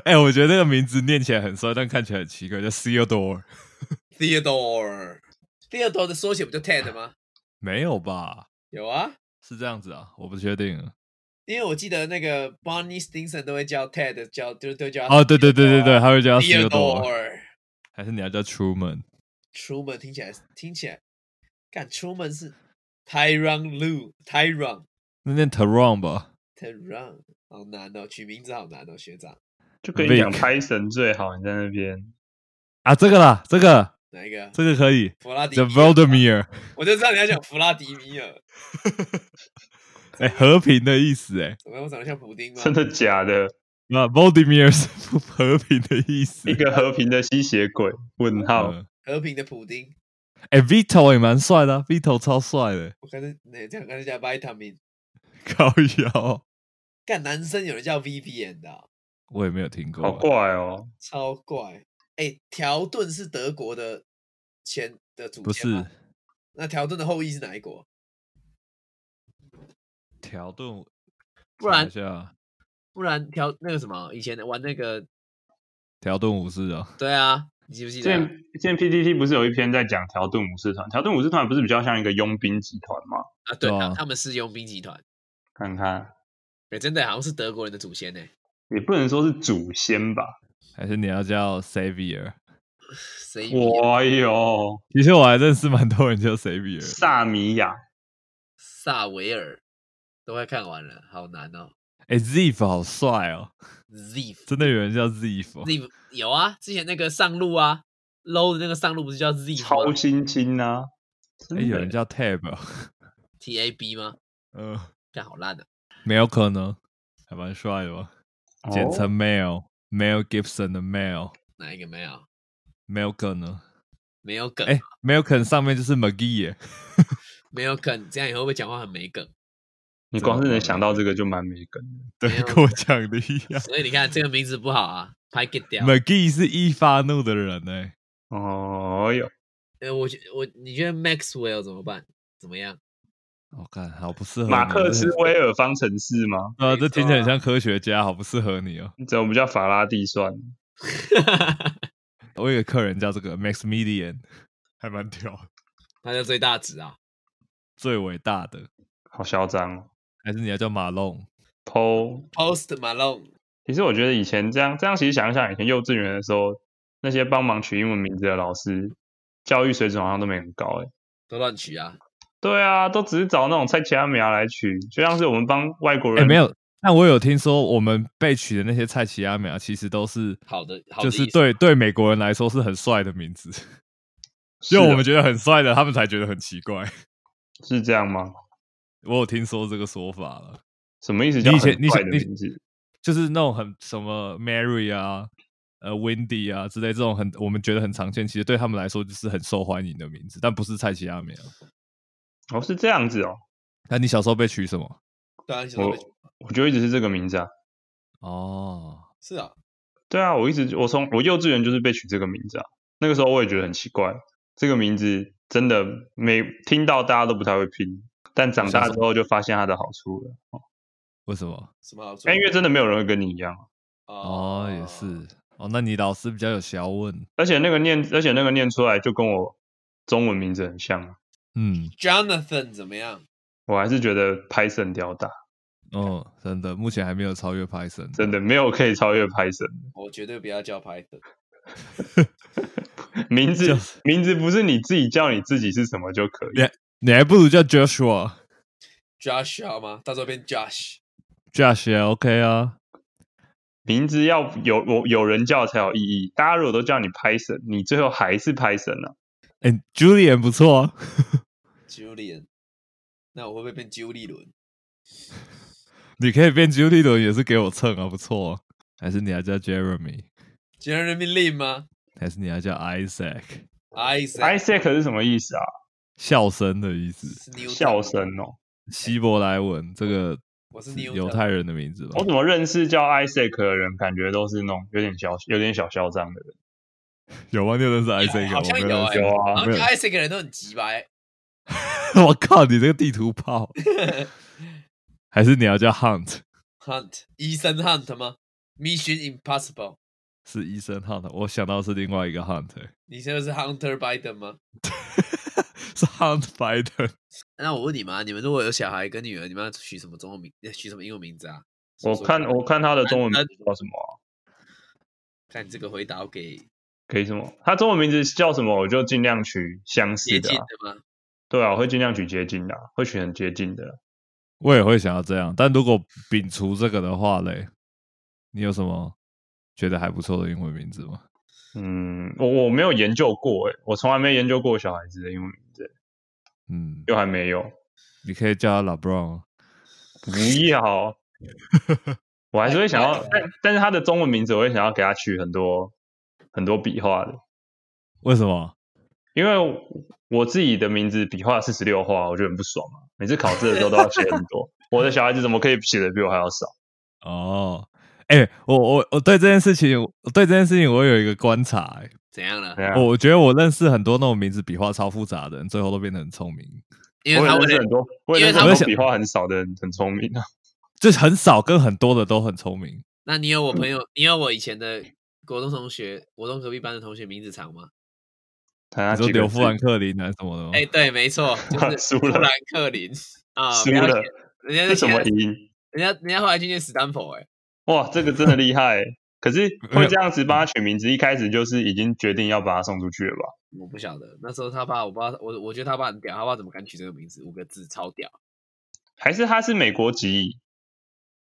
Speaker 2: 哎、我觉得那个名字念起来很帅，但看起来很奇怪，叫 Theodore。
Speaker 1: Theodore，Theodore 的缩写不就 Ted 吗？
Speaker 2: 没有吧？
Speaker 1: 有啊，
Speaker 2: 是这样子啊？我不确定啊。
Speaker 1: 因为我记得那个 Bonnie Stinson 都会叫 Ted，叫就就叫
Speaker 2: 哦，对对对对对，
Speaker 1: Theodore
Speaker 2: 他会叫 Theodore，
Speaker 1: Theodore。
Speaker 2: 还是你要叫 Truman？
Speaker 1: 出门听起来听起来，干出门是 Tyron Lu Tyron
Speaker 2: 那念 Teron 吧？
Speaker 1: Tyron，好难哦，取名字好难哦，学长
Speaker 3: 就跟你讲
Speaker 2: Vic
Speaker 3: 拍神最好，你在那边
Speaker 2: 啊，这个啦，这个
Speaker 1: 哪一个？
Speaker 2: 这个可以。
Speaker 1: 弗拉迪
Speaker 2: The
Speaker 1: 米尔
Speaker 2: Voldemir，
Speaker 1: 我就知道你要讲弗拉迪米尔，
Speaker 2: 哎、和平的意思哎、
Speaker 1: 怎么样我长得像普丁吗？
Speaker 3: 真的假的？
Speaker 2: 那 Voldemir 是不和平的意思。
Speaker 3: 一个和平的吸血鬼？问号
Speaker 2: 嗯，
Speaker 1: 和平的普丁，
Speaker 2: 哎、v i t o 也蛮帅的、啊、，Vito 超帅的，
Speaker 1: 我刚才那这样刚才叫 Vitamin，
Speaker 2: 高腰，
Speaker 1: 干男生有人叫 Vivian 的啊、
Speaker 2: 我也没有听过。啊
Speaker 3: 好怪哦，
Speaker 1: 超怪。哎，条顿是德国的前的祖
Speaker 2: 不
Speaker 1: 先
Speaker 2: 是
Speaker 3: 啊
Speaker 1: 吗？那条顿的后裔是哪一国？
Speaker 2: 条顿，
Speaker 1: 不然
Speaker 2: 查一下
Speaker 1: 不然条那个什么，以前玩那个，
Speaker 2: 条顿武士啊，
Speaker 1: 对啊，你记不记
Speaker 3: 之
Speaker 1: 得啊？
Speaker 3: 前之前 PTT 不是有一篇在讲条顿武士团？条顿武士团不是比较像一个佣兵集团吗？
Speaker 1: 啊对
Speaker 2: 对啊
Speaker 1: 啊，他们是佣兵集团，
Speaker 3: 看看，
Speaker 1: 哎，真的好像是德国人的祖先呢。
Speaker 3: 也不能说是祖先吧。
Speaker 2: 还是你要叫 Savior？ 哎
Speaker 1: 谁比
Speaker 3: 哇哟，
Speaker 2: 其实我还认识蛮多人叫 Savior。
Speaker 3: 萨米亚，
Speaker 1: 萨维尔都快看完了，好难哦。
Speaker 2: 哎、z i f 好帅哦，
Speaker 1: Ziv
Speaker 2: 真的有人叫 Ziff，哦
Speaker 1: Ziv 有啊，之前那个上路啊，low 的那个上路不是叫 Ziv
Speaker 3: 超
Speaker 1: 吗
Speaker 3: 新星啊！真
Speaker 2: 哎、
Speaker 3: 的
Speaker 2: 有人叫 Tab，哦
Speaker 1: ？T A B 吗？
Speaker 2: 嗯、
Speaker 1: 干好烂啊！
Speaker 2: m a l c o 呢，还蛮帅的吧？
Speaker 3: 哦
Speaker 2: 简称 Mel，Mel、Gibson 的 Mel，Malcolm
Speaker 1: 哪一个没有？
Speaker 2: 呢？
Speaker 1: 没有梗，
Speaker 2: 哎、m a l c o m 上面就是 McGee 耶。
Speaker 1: 没有梗，这样以后会不会讲话很没梗？
Speaker 3: 你光是能想到这个就蛮没梗的。
Speaker 2: 对，
Speaker 1: 没有
Speaker 2: 跟我讲的一样。
Speaker 1: 所以你看这个名字不好啊，拍 get 掉。
Speaker 2: McGee 是易发怒的人呢、
Speaker 3: 哦哟，
Speaker 1: 呃，我觉我你觉得 Maxwell 怎么办？怎么样？
Speaker 2: 我看好不适合
Speaker 3: 马
Speaker 2: 你
Speaker 3: 克
Speaker 2: 这
Speaker 3: 思
Speaker 2: 很
Speaker 3: 威尔方程式吗？
Speaker 2: 啊，这
Speaker 1: 没
Speaker 2: 听起来很
Speaker 1: 错啊
Speaker 2: 像科学家，好不适合你哦。
Speaker 3: 你怎么不叫法拉第算？
Speaker 2: 我有个客人叫这个 Max Median，还蛮屌的，
Speaker 1: 他叫最大值啊，
Speaker 2: 最伟大的，
Speaker 3: 好嚣张哦
Speaker 2: 还是你要叫马龙？
Speaker 3: ！PO
Speaker 1: Post Malone，
Speaker 3: 其实我觉得以前这样，这样其实想一想，以前幼稚园的时候，那些帮忙取英文名字的老师，教育水准好像都没很高诶、
Speaker 1: 都乱取啊，对
Speaker 3: 对啊，都只是找那种菜奇阿米亚来取，就像是我们帮外国
Speaker 2: 哎、
Speaker 3: 人、
Speaker 2: 没有，但我有听说我们被取的那些菜奇亚美啊，其实都是
Speaker 1: 好的好的
Speaker 2: 就
Speaker 1: 意
Speaker 2: 是
Speaker 1: 思
Speaker 2: 对对美国人来说是很帅的 名字，
Speaker 3: 是
Speaker 2: 就
Speaker 3: 哦，
Speaker 1: 啊
Speaker 2: 我们觉得很帅的，他们才觉得很奇怪。
Speaker 3: 是这样吗？
Speaker 2: 我有听说这个说法了，
Speaker 3: 什么意思？
Speaker 2: 你
Speaker 3: 叫
Speaker 2: 以前
Speaker 3: 很
Speaker 2: 你以
Speaker 3: 怪
Speaker 2: 前
Speaker 3: 的
Speaker 2: 你
Speaker 3: 名字？
Speaker 2: 就是那种很什么 Mary 啊、呃 Wendy 啊之类这种很我们觉得很常见，其实对他们来说就是很受欢迎的名字，但不是菜奇亚美啊。
Speaker 3: 哦，是这样子哦，
Speaker 2: 那你小时候被取什么？
Speaker 1: 对啊，你想说被
Speaker 3: 我我就一直是这个名字啊。
Speaker 2: 哦，
Speaker 1: 是啊，
Speaker 3: 对啊，我一直我从我幼稚园就是被取这个名字啊。那个时候我也觉得很奇怪，这个名字真的没听到大家都不太会拼，但长大之后就发现它的好处了。
Speaker 2: 为什么？
Speaker 1: 什么好处
Speaker 3: 哎，因为真的没有人会跟你一样啊，
Speaker 2: 哦，也是，哦，那你老师比较有学问，
Speaker 3: 而且那个念，而且那个念出来就跟我中文名字很像啊，
Speaker 2: 嗯
Speaker 1: Jonathan 怎么样？
Speaker 3: 我还是觉得 Python 屌打，
Speaker 2: 哦，真的，目前还没有超越 Python，
Speaker 3: 真的没有可以超越 Python 的。
Speaker 1: 我绝对不要叫 Python，
Speaker 3: 名字
Speaker 2: 就
Speaker 3: 名字不是你自己叫你自己是什么就可以。
Speaker 2: Yeah 你还不如叫 Joshua。
Speaker 1: Joshua 啊吗？到时候变 Josh，
Speaker 2: Josh 也 OK 啊，
Speaker 3: 名字要有我有人叫才有意义。大家如果都叫你 Python，你最后还是 Python 啊。
Speaker 2: 哎、j u l i a n 不错、啊，
Speaker 1: Julian，那我会不会变 Julie 伦？
Speaker 2: 你可以变 Julian 也是给我蹭啊，不错、啊。还是你要叫 Jeremy，
Speaker 1: 今天人民令吗
Speaker 2: 还是你要叫 Isaac，
Speaker 1: ？Isaac
Speaker 3: Isaac 是什么意思啊？
Speaker 2: 笑声的意思，
Speaker 1: Newton
Speaker 3: 笑，声哦。
Speaker 2: 希伯来文这个
Speaker 1: 我是
Speaker 2: 是
Speaker 1: Newton
Speaker 2: 犹太人的名字吧
Speaker 3: 我？怎么认识叫 Isaac 的人，感觉都是那种有点小有点小嚣张的人。
Speaker 2: 有吗？你有认识 Isaac？吗
Speaker 1: 啊好像
Speaker 2: 我没认识
Speaker 1: 有
Speaker 3: 有
Speaker 1: 然
Speaker 3: 啊，
Speaker 1: 后
Speaker 2: 没
Speaker 1: 叫
Speaker 2: 有
Speaker 1: Isaac 的人都很急哎白，
Speaker 2: 我靠，你这个地图炮，还是你要叫 Hunt？
Speaker 1: Hunt，医生 Hunt 吗？Mission Impossible，
Speaker 2: 是医生 Hunt，我想到是另外一个 Hunt，、欸、
Speaker 1: 你现在是 Hunter Biden 吗？
Speaker 2: 是 Hunt Biden。
Speaker 1: 那我问你们啊，你们如果有小孩跟女儿，你们要取什么中文名？呃取什么英文名字啊？
Speaker 3: 我看我看他的中文名字叫什么啊、
Speaker 1: 看这个回答，我给
Speaker 3: 可以什么？他中文名字叫什么？我就尽量取相
Speaker 1: 接
Speaker 3: 似的
Speaker 1: 近
Speaker 3: 啊、
Speaker 1: 的吗？
Speaker 3: 对啊，我会尽量取接近的啊、会取很接近的啊。
Speaker 2: 我也会想要这样，但如果摒除这个的话嘞，你有什么觉得还不错的英文名字吗？
Speaker 3: 嗯，我我没有研究过诶、欸我从来没研究过小孩子的英文名字，
Speaker 2: 嗯，
Speaker 3: 又还没有。
Speaker 2: 你可以叫他 LeBron，啊
Speaker 3: 不 要，我还是会想要，
Speaker 1: 哎
Speaker 3: 但但是他的中文名字我会想要给他取很多很多笔画的，
Speaker 2: 为什么？
Speaker 3: 因为我自己的名字笔画四十六画，我就很不爽啊。每次考试的时候都要写很多，我的小孩子怎么可以写的比我还要少？
Speaker 2: 哦，哎、我我我对这件事情，我对这件事情我有一个观察、欸，
Speaker 1: 怎样了
Speaker 3: 对？啊，
Speaker 2: 我我觉得我认识很多那种名字笔画超复杂的人，最后都变得很聪明，
Speaker 1: 因为他
Speaker 3: 我
Speaker 1: 为
Speaker 3: 也认识很
Speaker 1: 了
Speaker 3: 多，我也
Speaker 1: 因为
Speaker 3: 认识
Speaker 1: 他
Speaker 3: 很
Speaker 2: 会
Speaker 3: 多
Speaker 2: 想
Speaker 3: 笔画很少的人很聪明啊。
Speaker 2: 就是很少跟很多的都很聪明。
Speaker 1: 那你有
Speaker 3: 嗯
Speaker 1: 我朋友，你有我以前的国中同学，国中隔壁班的同学名字长吗？
Speaker 3: 看
Speaker 2: 你
Speaker 3: 他
Speaker 2: 说
Speaker 3: 几个
Speaker 2: 刘富 兰
Speaker 3: 字
Speaker 2: 克林啊什么的吗？
Speaker 1: 哎，对，没错，就是
Speaker 3: 哦 输
Speaker 1: 富
Speaker 3: 了
Speaker 1: 兰克林啊，
Speaker 3: 输
Speaker 1: 不要
Speaker 3: 了
Speaker 1: 写，人家
Speaker 3: 这
Speaker 1: 在
Speaker 3: 什
Speaker 1: 写
Speaker 3: 么
Speaker 1: 人
Speaker 3: 音？
Speaker 1: 家人家后来去念斯坦福，哎，
Speaker 3: 哇，这个真的厉害欸！可是
Speaker 2: 没
Speaker 3: 会
Speaker 2: 有
Speaker 3: 这样子帮他取名字，一开始就是已经决定要把他送出去了吧？
Speaker 1: 我不晓得那时候他爸，我不知道，我我觉得他爸很屌，他爸怎么敢取这个名字？五个字超屌，
Speaker 3: 还是他是美国籍？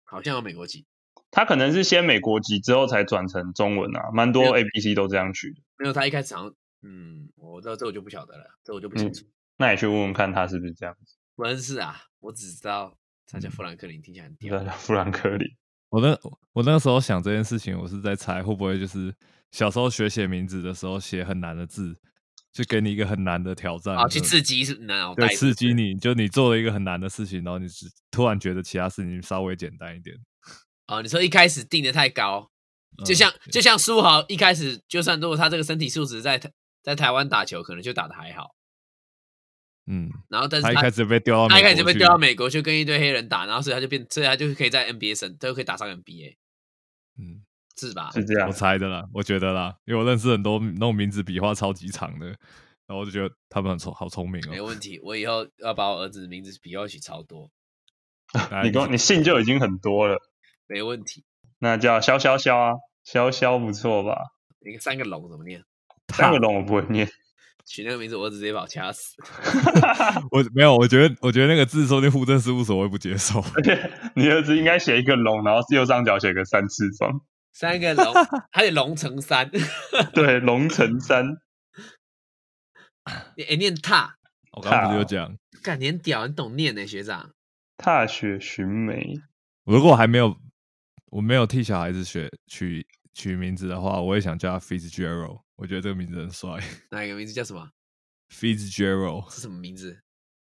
Speaker 1: 好像有美国籍，
Speaker 3: 他可能是先美国籍之后才转成中文啊，蛮
Speaker 1: 没
Speaker 3: 多
Speaker 1: 有
Speaker 3: A B C 都这样取的。
Speaker 1: 没有他一开始好像，嗯，我这这我就不晓得了，这我就不清
Speaker 3: 嗯
Speaker 1: 楚，
Speaker 3: 那你去问问看他是不是这样子？
Speaker 1: 不认识啊，我只知道他
Speaker 2: 嗯
Speaker 1: 叫富兰克林，听起来很屌啊
Speaker 3: 叫， 富兰克林，
Speaker 2: 我那我那个时候想这件事情，我是在猜会不会就是小时候学写名字的时候写很难的字，就给你一个很难的挑战，
Speaker 1: 啊，去
Speaker 2: 就
Speaker 1: 刺激是脑
Speaker 2: 对
Speaker 1: 袋，
Speaker 2: 刺激。你，就你做了一个很难的事情，然后你只突然觉得其他事情稍微简单一点，
Speaker 1: 哦，你说一开始定的太高，就
Speaker 2: 嗯
Speaker 1: 像、就像苏豪一开始，就算如果他这个身体素质在台在台湾打球，可能就打的还好。
Speaker 2: 嗯，
Speaker 1: 然后但是
Speaker 2: 他一
Speaker 1: 他
Speaker 2: 开始被丢到
Speaker 1: 他
Speaker 2: 美
Speaker 1: 一开始
Speaker 2: 国
Speaker 1: 就被
Speaker 2: 去
Speaker 1: 丢到美国去跟一堆黑人打，然后所以他就变，所以他就可以在 NBA 升，他就可以打上 NBA，
Speaker 2: 嗯，
Speaker 1: 是吧？
Speaker 3: 是这样
Speaker 2: 我。猜的啦，我觉得啦，因为我认识很多那种名字笔画超级长的，然后我就觉得他们很聪好聪明
Speaker 1: 没
Speaker 2: 哦。
Speaker 1: 问题，我以后要把我儿子的名字比划起超多，
Speaker 2: 大家
Speaker 3: 你
Speaker 2: 一起
Speaker 3: 光你信就已经很多了，
Speaker 1: 没问题。
Speaker 3: 那叫潇潇潇啊，潇潇不错吧？
Speaker 1: 你看三个龙怎么念？
Speaker 3: 三个龙我不会念，
Speaker 1: 取那个名字，我儿子直接把我掐死。
Speaker 2: 我没有，我觉得我觉得那个字说不定户政事务所会不接受。
Speaker 3: 而且你儿子应该写一个龙，然后右上角写个三次方，
Speaker 1: 三个 龙，还得龙乘三，
Speaker 3: 对，龙成三。
Speaker 1: 你哎、念踏，
Speaker 2: 我刚刚不是有讲，
Speaker 1: 干你很屌，你懂念呢、欸学长。
Speaker 3: 踏雪寻梅，
Speaker 2: 如果我还没有我没有替小孩子学取取名字的话，我也想叫他 Fitzgerald，我觉得这个名字很帅。
Speaker 1: 哪一个名字叫什么？
Speaker 2: Fitzgerald，
Speaker 1: 是什么名字？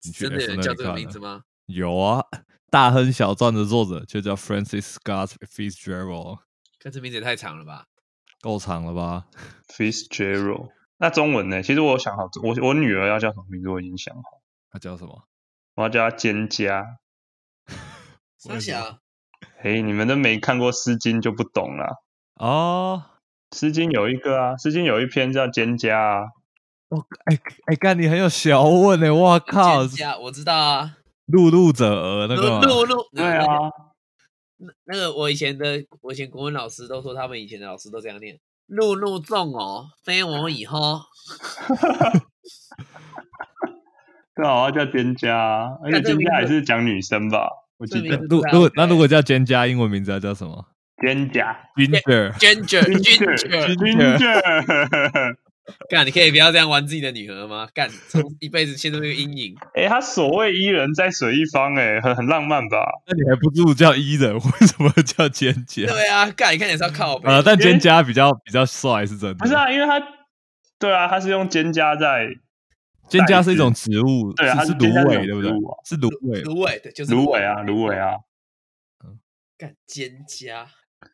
Speaker 2: 你去
Speaker 1: 真的有
Speaker 2: F
Speaker 1: 人
Speaker 2: 那
Speaker 1: 叫
Speaker 2: 里
Speaker 1: 这个
Speaker 2: 看
Speaker 1: 名
Speaker 2: 啊
Speaker 1: 字吗？
Speaker 2: 有啊，《大亨小传》的作者就叫 Francis Scott Fitzgerald，
Speaker 1: 看这名字也太长了吧？
Speaker 2: 够长了吧？
Speaker 3: Fitzgerald。那中文呢？其实我有想好，我我女儿要叫什么名字，我已经想好，
Speaker 2: 他叫什么？
Speaker 3: 我要叫她蒹葭。
Speaker 1: 三
Speaker 2: 啊
Speaker 1: 小，
Speaker 3: 嘿，你们都没看过《诗经》就不懂啦，
Speaker 2: 哦，
Speaker 3: 《诗经》有一个啊，《诗经》有一篇叫《蒹葭》啊，
Speaker 2: 哎哎，干你很有学问呢！我靠，
Speaker 1: 蒹葭，我知道啊。
Speaker 2: 陆路者儿那个吗
Speaker 1: 露露，
Speaker 3: 对啊，
Speaker 1: 那那个我以前的，我以前国文老师都说他们以前的老师都这样念：露露纵哦，非我以后。
Speaker 3: 对啊，我要叫蒹葭啊，而且
Speaker 1: 这
Speaker 3: 蒹
Speaker 1: 个名
Speaker 3: 葭也
Speaker 1: 字
Speaker 3: 是讲女生吧，我
Speaker 1: 这
Speaker 3: 记得
Speaker 1: 名字
Speaker 2: 如如果那如果叫蒹葭，英文名字要叫什么
Speaker 3: 蒹葭
Speaker 2: ？Ginger。
Speaker 1: Ginger Ginger，
Speaker 3: Ginger
Speaker 2: Ginger
Speaker 3: Ginger。
Speaker 1: 干，你可以不要这样玩自己的女儿吗？干，从一辈子陷入这个阴 影。
Speaker 3: 哎，他所谓伊人在水一方，哎，很很浪漫吧？
Speaker 2: 那你还不如叫伊人，为什么叫蒹葭？
Speaker 1: 对啊，干，你看你是要靠背。
Speaker 2: 呃，但蒹葭比较比较帅，是真的。
Speaker 3: 不是啊，因为他，对啊，他是用蒹葭在
Speaker 2: 蒹葭是一种植物，
Speaker 3: 对啊它
Speaker 2: 是
Speaker 3: 是
Speaker 2: 是芦
Speaker 3: 蒹葭
Speaker 2: 苇，
Speaker 3: 是一
Speaker 2: 对不
Speaker 3: 种
Speaker 2: 对
Speaker 3: 植物啊？
Speaker 2: 是芦苇，
Speaker 1: 芦苇的，就是
Speaker 3: 芦苇啊，芦苇。啊，
Speaker 1: 干蒹葭，啊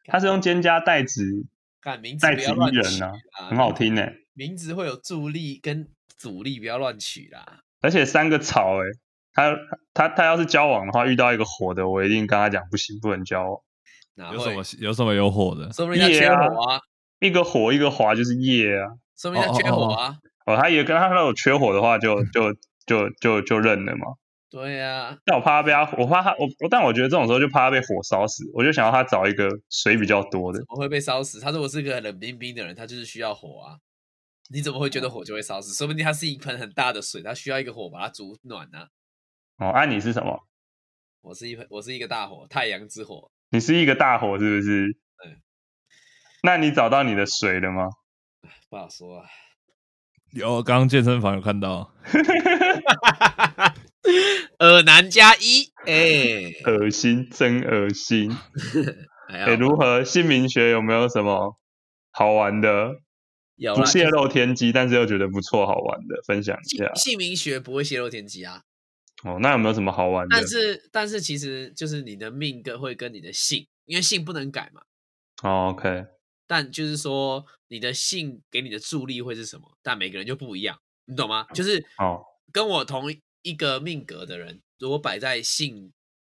Speaker 3: 他是用蒹葭代指，
Speaker 1: 干名字
Speaker 3: 代
Speaker 1: 不
Speaker 3: 指
Speaker 1: 要乱
Speaker 3: 伊人
Speaker 1: 取
Speaker 3: 啊
Speaker 1: 啊，
Speaker 3: 很好听哎、
Speaker 1: 名字会有助力跟阻力，不要乱取啦。
Speaker 3: 而且三个草哎、他他他要是交往的话，遇到一个火的，我一定跟他讲不行，不能交往。
Speaker 1: 哪
Speaker 2: 有什
Speaker 1: 会？
Speaker 2: 么有什么有火的？
Speaker 1: 说不定他缺火啊，
Speaker 3: 一个火一个滑就是夜啊，
Speaker 1: 说不定他缺火啊。
Speaker 3: 哦，他也跟他说有缺火的话就，就就就就认了嘛。
Speaker 1: 对啊，
Speaker 3: 但我怕他被他，我怕他，我我但我觉得这种时候就怕他被火烧死，我就想要他找一个水比较多的。
Speaker 1: 我会被烧死。他如果是个冷冰冰的人，他就是需要火啊。你怎么会觉
Speaker 2: 哦
Speaker 1: 得火就会烧死？说不定它是一盆很大的水，它需要一个火把它煮暖啊。
Speaker 3: 哦，啊，你是什么？
Speaker 1: 我是一盆，我是一个大火，太阳之火。
Speaker 3: 你是一个大火是不是
Speaker 1: 对？
Speaker 3: 那你找到你的水了吗？
Speaker 1: 不好说啊。
Speaker 2: 有，刚刚健身房有看到，
Speaker 1: 尔南加一， 哎、
Speaker 3: 恶心，真恶心！
Speaker 1: 还
Speaker 3: 哎、
Speaker 1: 好
Speaker 3: 如何？姓名学有没有什么好玩的？
Speaker 1: 有
Speaker 3: 不
Speaker 1: 啦
Speaker 3: 泄露啊天机，但是又觉得不错好玩的，分享一
Speaker 1: 姓
Speaker 3: 下。
Speaker 1: 姓名学不会泄露天机啊，
Speaker 3: 哦，那有没有什么好玩的？
Speaker 1: 但是但是其实就是你的命跟会跟你的姓，因为姓不能改嘛。
Speaker 3: 哦，OK，
Speaker 1: 但就是说你的姓给你的助力会是什么？但每个人就不一样，你懂吗？就是
Speaker 3: 哦，
Speaker 1: 跟我同一个命格的人，如果摆在姓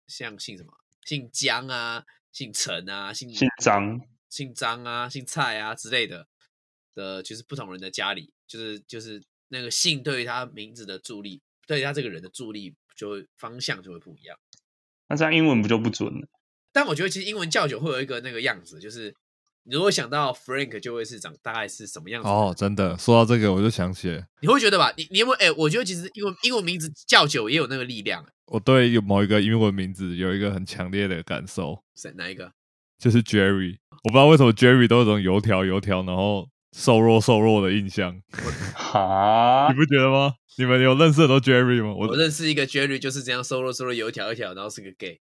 Speaker 1: 像姓什么姓江啊、姓陈啊、姓
Speaker 3: 姓张，
Speaker 1: 姓张啊、姓蔡啊之类的的，就是不同人的家里，就是就是那个姓对于他名字的助力，对于他这个人的助力就会方向就会不一样。
Speaker 3: 那这样英文不就不准了？
Speaker 1: 但我觉得其实英文较久会有一个那个样子，就是你如果想到 Frank 就会是长大概是什么样子，
Speaker 2: 哦，真的，说到这个我就想起了
Speaker 1: 你会觉得吧？你你有没有？哎、我觉得其实英文英文名字较久也有那个力量、欸，
Speaker 2: 我对有某一个英文名字有一个很强烈的感受，
Speaker 1: 谁哪一个？
Speaker 2: 就是 Jerry。我不知道为什么 Jerry 都有种油条油条，然后瘦弱瘦弱的印象，
Speaker 3: 哈
Speaker 2: 你，不觉得吗？你们有认识的都 Jerry 吗？
Speaker 1: 我
Speaker 2: 啊我
Speaker 1: 认识一个 Jerry 就是这样瘦肉瘦肉有一条一条，然后是个 gay。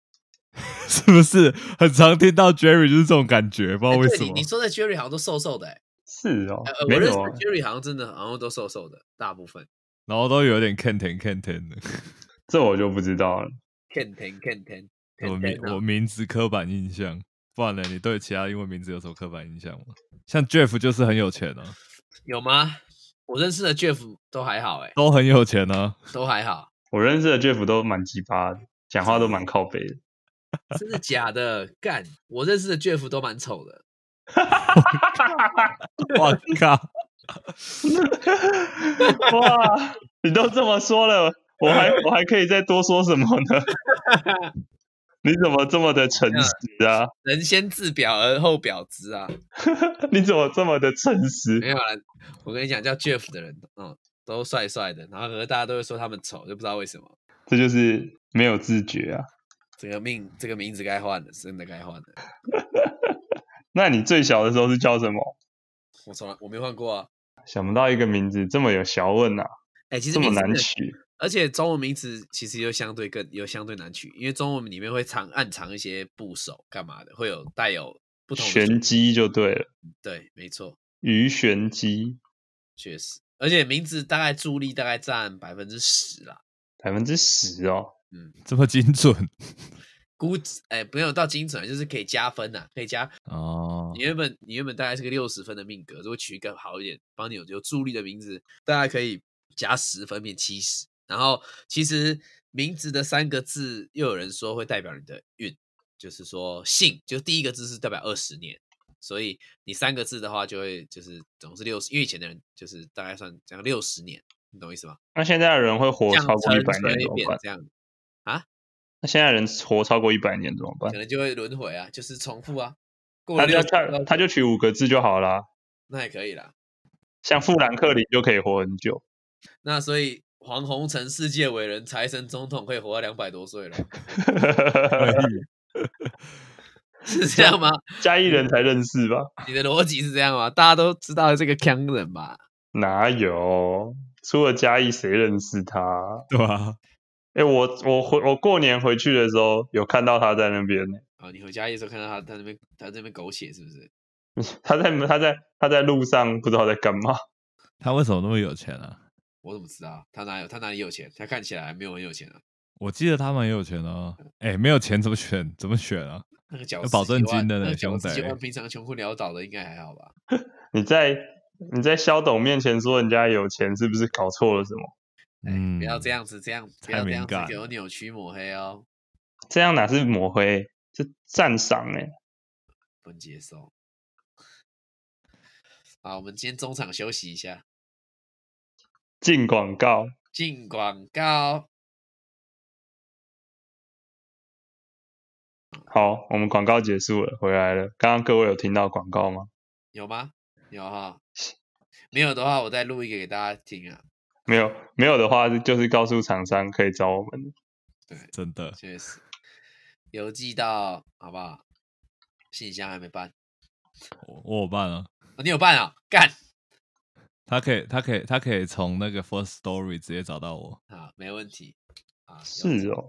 Speaker 2: 是不是很常听到 Jerry 就是这种感觉？不知道
Speaker 1: 哎
Speaker 2: 为
Speaker 1: 对
Speaker 2: 什
Speaker 1: 你
Speaker 2: 么
Speaker 1: 你。说的 Jerry 好像都瘦瘦的、欸，
Speaker 3: 是哦
Speaker 1: 哎、呃，，我
Speaker 3: 没
Speaker 1: 认识的
Speaker 3: 有啊，
Speaker 1: Jerry 好像真的好像都瘦瘦的，大部分。
Speaker 2: 然后都有点 can 甜 can 甜的，
Speaker 3: 这我就不知道了。
Speaker 1: Ken Ten Ken Ten
Speaker 2: 我
Speaker 1: Ken
Speaker 2: 名
Speaker 1: Ten
Speaker 2: 我
Speaker 1: 啊，
Speaker 2: 名字刻板印象。不然呢？你对其他英文名字有什么刻板印象吗？像 Jeff 就是很有钱啊，
Speaker 1: 有吗？我认识的 Jeff 都还好、欸，哎，
Speaker 2: 都很有钱啊呢、
Speaker 1: 都还好，
Speaker 3: 我认识的 Jeff 都蛮鸡巴的，讲话都蛮靠背的。
Speaker 1: 真的假的？干，我认识的 Jeff 都蛮丑的，
Speaker 2: 我靠，
Speaker 3: 哇，你都这么说了，我 还我还可以再多说什么呢？你怎么这么的诚实啊？
Speaker 1: 人先自表而后表之啊。
Speaker 3: 你怎么这么的诚
Speaker 1: 没
Speaker 3: 实？
Speaker 1: 有啦，我跟你讲，叫 Jeff 的人，嗯，都帅帅的，然后可是大家都会说他们丑，就不知道为什么。
Speaker 3: 这就是没有自觉啊。
Speaker 1: 这个命，这个名字该换了，真的该换了。
Speaker 3: 那你最小的时候是叫什么？
Speaker 1: 我从来我没换过啊。
Speaker 3: 想不到一个名字这么有学问啊，
Speaker 1: 哎、其实
Speaker 3: 这么
Speaker 1: 名字
Speaker 3: 难
Speaker 1: 真的，
Speaker 3: 取。
Speaker 1: 而且中文名字其实又相对更又相对难取，因为中文里面会藏暗藏一些部首干嘛的，会有带有不同的
Speaker 3: 玄机就对了，
Speaker 1: 对，没错，
Speaker 3: 鱼玄机
Speaker 1: 确实，而且名字大概助力大概占百分之十啦。
Speaker 3: 百分之十哦，
Speaker 2: 这么精准
Speaker 1: 估哎、没有到精准，就是可以加分呐、啊可以加
Speaker 2: 哦
Speaker 1: 你原本你原本大概是个六十分的命格，如果取一个好一点，帮你有有助力的名字，大概可以加十分变七十。然后其实名字的三个字，又有人说会代表你的运，就是说姓，就第一个字是代表二十年，所以你三个字的话，就会就是总是六十，因为以前的人就是大概算讲六十年，你懂我意思吗？
Speaker 3: 那现在的人会活
Speaker 1: 这样
Speaker 3: 超过一百
Speaker 1: 称
Speaker 3: 年
Speaker 1: 随
Speaker 3: 怎么
Speaker 1: 便
Speaker 3: 办？
Speaker 1: 这样
Speaker 3: 那现在人活超过一百年怎么办
Speaker 1: 可？能就会轮回啊，就是重复 啊。过
Speaker 3: 他
Speaker 1: 了
Speaker 3: 就
Speaker 1: 六
Speaker 3: 他他就取五个字就好啦，
Speaker 1: 那也可以啦。
Speaker 3: 像富兰克林就可以活很 久。
Speaker 1: 那所以黄宏成世界伟人、财神总统可以活到两百多岁 了，
Speaker 2: 啊
Speaker 1: 是这样吗？
Speaker 3: 嘉义人才认识吧？
Speaker 1: 你的逻辑是这样吗？大家都知道这个坑人吧？
Speaker 3: 哪有？除了嘉义，谁认识他？
Speaker 2: 对啊吧？
Speaker 3: 哎、我我回我过年回去的时候有看到他在那边，
Speaker 1: 啊，你回家的时候看到他，他那边他这边苟且是不是？
Speaker 3: 他在他在他在路上不知道在干嘛。
Speaker 2: 他为什么那么有钱啊？
Speaker 1: 我怎么知道？他哪有他哪里有钱？他看起来没有很有钱啊。
Speaker 2: 我记得他们很有钱哦。哎，没有钱怎么选？怎么选啊？
Speaker 1: 那个脚
Speaker 2: 有保证金的呢
Speaker 1: 那个脚
Speaker 2: 兄弟
Speaker 1: 十几万，平常穷困潦倒的应该还好吧？
Speaker 3: 你在你在肖董面前说人家有钱，是不是搞错了什么？
Speaker 1: 哎、
Speaker 2: 嗯
Speaker 1: 不要这样子，这样不
Speaker 2: 太
Speaker 1: 要这
Speaker 2: 敏
Speaker 1: 样子
Speaker 2: 感
Speaker 1: 给我扭曲抹黑哦，
Speaker 3: 这样哪是抹黑，是赞赏哎、
Speaker 1: 不能接受。好，我们今天中场休息一下，
Speaker 3: 进广告。
Speaker 1: 进广告。
Speaker 3: 好，我们广告结束了，回来了。刚刚各位有听到广告吗？
Speaker 1: 有吗？有哈，没有的话，我再录一个给大家听啊。
Speaker 3: 没有，没有的话就是告诉厂商可以找我们。
Speaker 2: 真的，
Speaker 1: 确实，邮寄到好不好？信箱还没办，
Speaker 2: 我我有办啊。
Speaker 1: 哦你有办啊？干
Speaker 2: 他可以，他可以，他可以从那个 First Story 直接找到我。
Speaker 1: 啊，没问题啊，邮
Speaker 3: 是
Speaker 1: 寄
Speaker 3: 哦，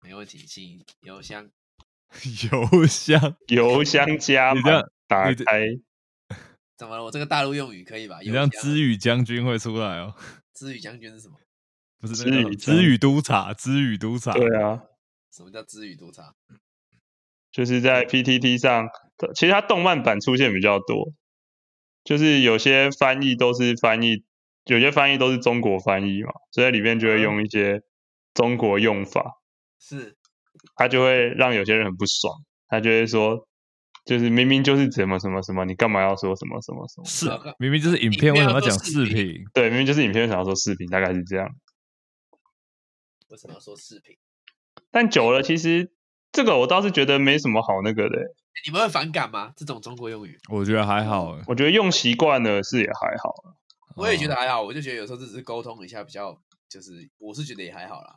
Speaker 1: 没问题，请邮箱。
Speaker 2: 邮箱，
Speaker 3: 邮箱加
Speaker 2: 你这样
Speaker 3: 满打
Speaker 2: 你这
Speaker 3: 开，
Speaker 1: 怎么了？我这个大陆用语可以吧？
Speaker 2: 你
Speaker 1: 邮
Speaker 2: 这样
Speaker 1: 箱
Speaker 2: 知语将军会出来哦。
Speaker 1: 知语将军是什么？
Speaker 2: 不是那
Speaker 3: 知
Speaker 2: 个
Speaker 3: 语将
Speaker 2: 知语督察，知语督察。
Speaker 3: 对啊，
Speaker 1: 什么叫知语督察？
Speaker 3: 就是在 PTT 上，其实它动漫版出现比较多，就是有些翻译都是翻译，有些翻译都是中国翻译嘛，所以在里面就会用一些中国用法，
Speaker 1: 是
Speaker 3: 它就会让有些人很不爽，他就会说，就是明明就是怎么什么什么，你干嘛要说什么什么什么？
Speaker 2: 是
Speaker 1: 广告
Speaker 2: 明明就是影
Speaker 1: 影
Speaker 2: 片，为
Speaker 1: 片
Speaker 2: 什
Speaker 1: 要
Speaker 2: 么要
Speaker 1: 做
Speaker 2: 讲
Speaker 1: 视
Speaker 2: 视
Speaker 1: 频
Speaker 2: 频？
Speaker 3: 对，明明就是影片想要说视频，大概是这样。
Speaker 1: 为什么要说视频？
Speaker 3: 但久了，其实这个我倒是觉得没什么好那个的欸、
Speaker 1: 你们会反感吗？这种中国用语，
Speaker 2: 我觉得还好
Speaker 1: 嗯
Speaker 2: 欸。
Speaker 3: 我觉得用习惯了是也还好。啊
Speaker 1: 我也觉得
Speaker 2: 哦
Speaker 1: 还好，我就觉得有时候只是沟通一下比较，就是我是觉得也还好啦。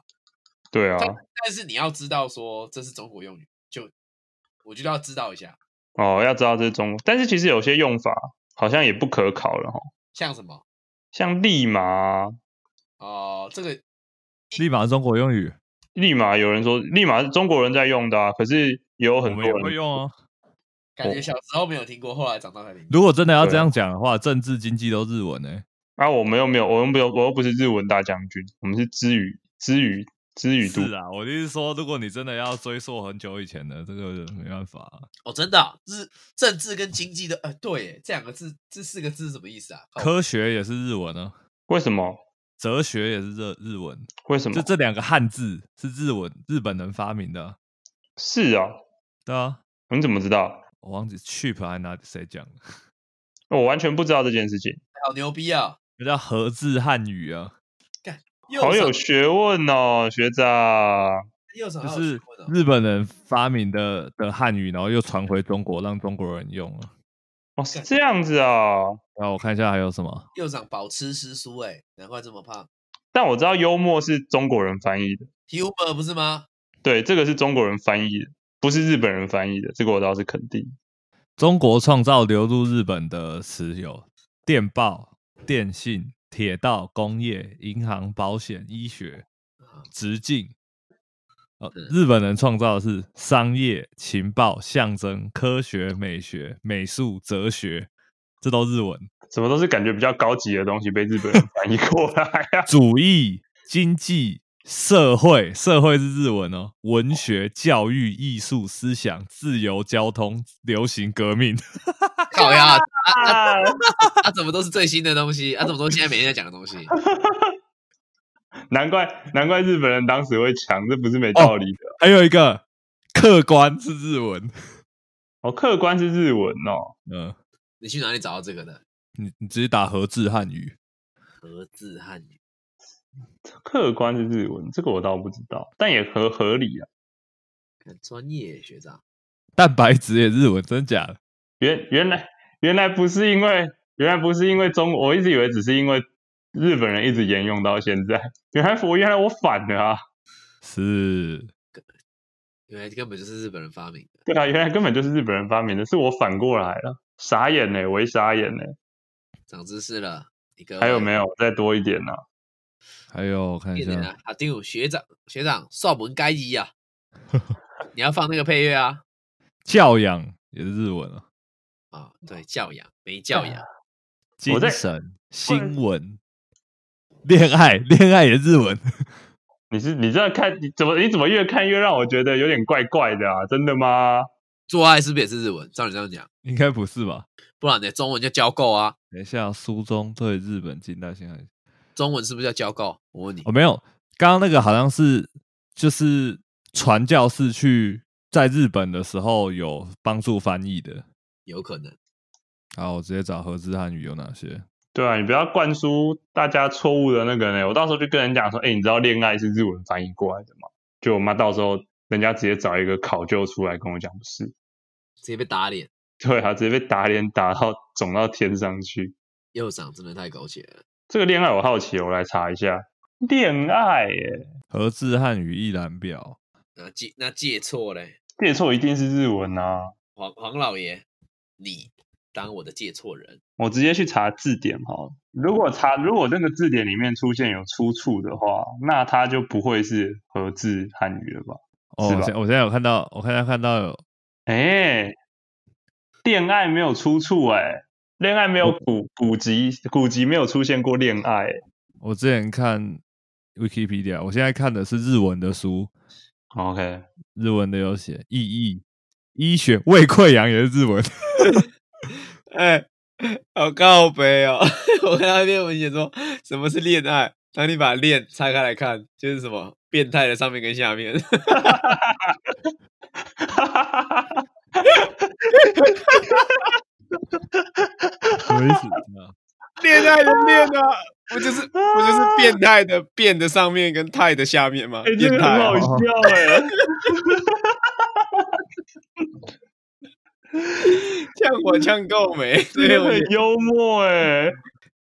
Speaker 3: 对啊，
Speaker 1: 但但是你要知道说这是中国用语，就我觉得要知道一下，
Speaker 3: 哦，要知道这是中，但是其实有些用法好像也不可考了哈，
Speaker 1: 像什么
Speaker 3: 像立马啊，
Speaker 1: 哦、这个
Speaker 2: 立马中国用语，
Speaker 3: 立马有人说立马是中国人在用的啊，可是也有
Speaker 2: 我
Speaker 3: 很多
Speaker 2: 们也
Speaker 3: 人
Speaker 2: 会用哦。
Speaker 1: 感觉小时候没有听过，后来长大才听过。
Speaker 2: 如果真的要
Speaker 3: 对啊
Speaker 2: 这样讲的话，政治经济都日文呢。
Speaker 3: 啊，我们又没有，我又没有，我又不是日文大将军，我们是知语知语知与度
Speaker 2: 是啊，我就是说，如果你真的要追溯很久以前的，这个没办法啊、
Speaker 1: 哦，真的啊、日政治跟经济的，呃，对耶，这两个字，这四个字是什么意思啊？靠
Speaker 2: 科学也是日文啊，
Speaker 3: 为什么？
Speaker 2: 哲学也是日日文，
Speaker 3: 为什
Speaker 2: 就
Speaker 3: 么？
Speaker 2: 这两个汉字是日文日本人发明的啊、
Speaker 3: 是啊，
Speaker 2: 对啊，
Speaker 3: 你怎么知道？
Speaker 2: 我忘记 cheap 还拿谁讲的，
Speaker 3: 我完全不知道这件事情，
Speaker 1: 好牛逼啊！
Speaker 2: 这叫和字汉语啊，
Speaker 1: 右
Speaker 3: 好有
Speaker 1: 手
Speaker 3: 学问哦，学长。
Speaker 1: 右手
Speaker 2: 就
Speaker 1: 还有
Speaker 2: 是
Speaker 1: 学问哦
Speaker 2: 日本人发明的的汉语，然后又传回中国，让中国人用了。
Speaker 3: 哦，是这样子啊。
Speaker 2: 然后我看一下还有什么，
Speaker 1: 右掌保吃师叔哎，难怪这么胖。
Speaker 3: 但我知道幽默是中国人翻译的，
Speaker 1: humor 不是吗？
Speaker 3: 对，这个是中国人翻译的，不是日本人翻译的，这个我倒是肯定。
Speaker 2: 中国创造流入日本的词有电报、电信、铁道、工业、银行、保险、医学、直径。哦，
Speaker 1: 嗯
Speaker 2: 日本人创造的是商业、情报、象征、科学、美学、美术、哲学，这都日文。
Speaker 3: 怎么都是感觉比较高级的东西被日本人翻译过来啊？
Speaker 2: 主义、经济、社会，社会是日文哦。文学、教育、艺术、思想、自由、交通、流行革命，
Speaker 1: 靠
Speaker 3: 啊
Speaker 1: 呀，啊怎么都是最新的东西？啊怎么都是现在每天在讲的东 西？
Speaker 3: 难怪难怪日本人当时会强，这不是没道理的。
Speaker 2: 还有一个客观是日文。
Speaker 3: 哦，客观是日文哦，
Speaker 2: 嗯、
Speaker 1: 你去哪里找到这个的？
Speaker 2: 你你直接打和字汉语，
Speaker 1: 和字汉语
Speaker 3: 客观是日文，这个我倒不知道，但也合合理啊。
Speaker 1: 很专业耶学长，
Speaker 2: 蛋白质也日文，真假的？
Speaker 3: 原原来原来不是因为原来不是因为中，我一直以为只是因为日本人一直沿用到现在，原来我原来我反了啊。
Speaker 2: 是
Speaker 1: 原来根本就是日本人发明的。
Speaker 3: 对啊，原来根本就是日本人发明的，是我反过来了，傻眼呢、欸，我一傻眼呢、
Speaker 1: 长知识了，一个
Speaker 3: 还有没有再多一点啊呢、
Speaker 2: 还有我看一
Speaker 1: 变人
Speaker 2: 下
Speaker 1: 啊？阿丁学长学长，少门该一 啊！你要放那个配乐啊！
Speaker 2: 教养也是日文啊，
Speaker 1: 啊，对，教养没教 养，
Speaker 2: 精
Speaker 3: 在
Speaker 2: 神、新闻、恋爱，恋爱也是日文。
Speaker 3: 你是你这样看，你怎么你怎么越看越让我觉得有点怪怪的啊？真的吗？
Speaker 1: 做爱是不是也是日文？照你这样讲，
Speaker 2: 应该不是吧？
Speaker 1: 不然呢？中文叫交够啊，
Speaker 2: 等一下，书中对日本近代性爱情，
Speaker 1: 中文是不是叫交够？我问你
Speaker 2: 哦，，没有，刚刚那个好像是就是传教士去在日本的时候有帮助翻译的。
Speaker 1: 有可能
Speaker 2: 好，我直接找和字汉语有哪些？
Speaker 3: 对啊，你不要灌输大家错误的那个呢。我到时候就跟人讲说，哎、你知道恋爱是日文翻译过来的吗？就我妈到时候人家直接找一个考究出来跟我讲不是，
Speaker 1: 直接被打脸。
Speaker 3: 对啊，直接被打脸打到肿到天上去。
Speaker 1: 右掌真的太苟且了，
Speaker 3: 这个恋爱我好奇，我来查一下恋爱耶、
Speaker 2: 和字汉语一览表，
Speaker 1: 那借那借错嘞，
Speaker 3: 借错一定是日文啊。
Speaker 1: 黄黄老爷，你当我的借错人，
Speaker 3: 我直接去查字典哈。如果查如果那个字典里面出现有出处的话，那它就不会是和字汉语了吧？
Speaker 2: 哦，
Speaker 3: 是
Speaker 2: 我
Speaker 3: 吧
Speaker 2: 现我现在有看到，我现在看到有
Speaker 3: 哎，恋爱没有出处哎、恋爱没有古古籍，古籍没有出现过恋爱、
Speaker 2: 我之前看 Wikipedia，我现在看的是日文的书，
Speaker 3: OK，
Speaker 2: 日文的有写意义、医学、胃溃疡也是日 文。
Speaker 4: 哎， 好告白哦！ 我看到那篇文写说，什么是恋爱？当你把恋拆开来看，就是什么变态的上面跟下面。
Speaker 2: 什么意思？
Speaker 4: 恋爱的恋啊，不就是不就是变态的变的上面跟态的下面吗？
Speaker 3: 哎、这
Speaker 4: 变
Speaker 3: 个
Speaker 4: 态
Speaker 3: 很
Speaker 4: 哦
Speaker 3: 好笑哎、
Speaker 4: 像我像够 没？
Speaker 3: 这
Speaker 4: 这篇
Speaker 3: 个
Speaker 4: 文
Speaker 3: 很
Speaker 4: 写
Speaker 3: 幽默哎、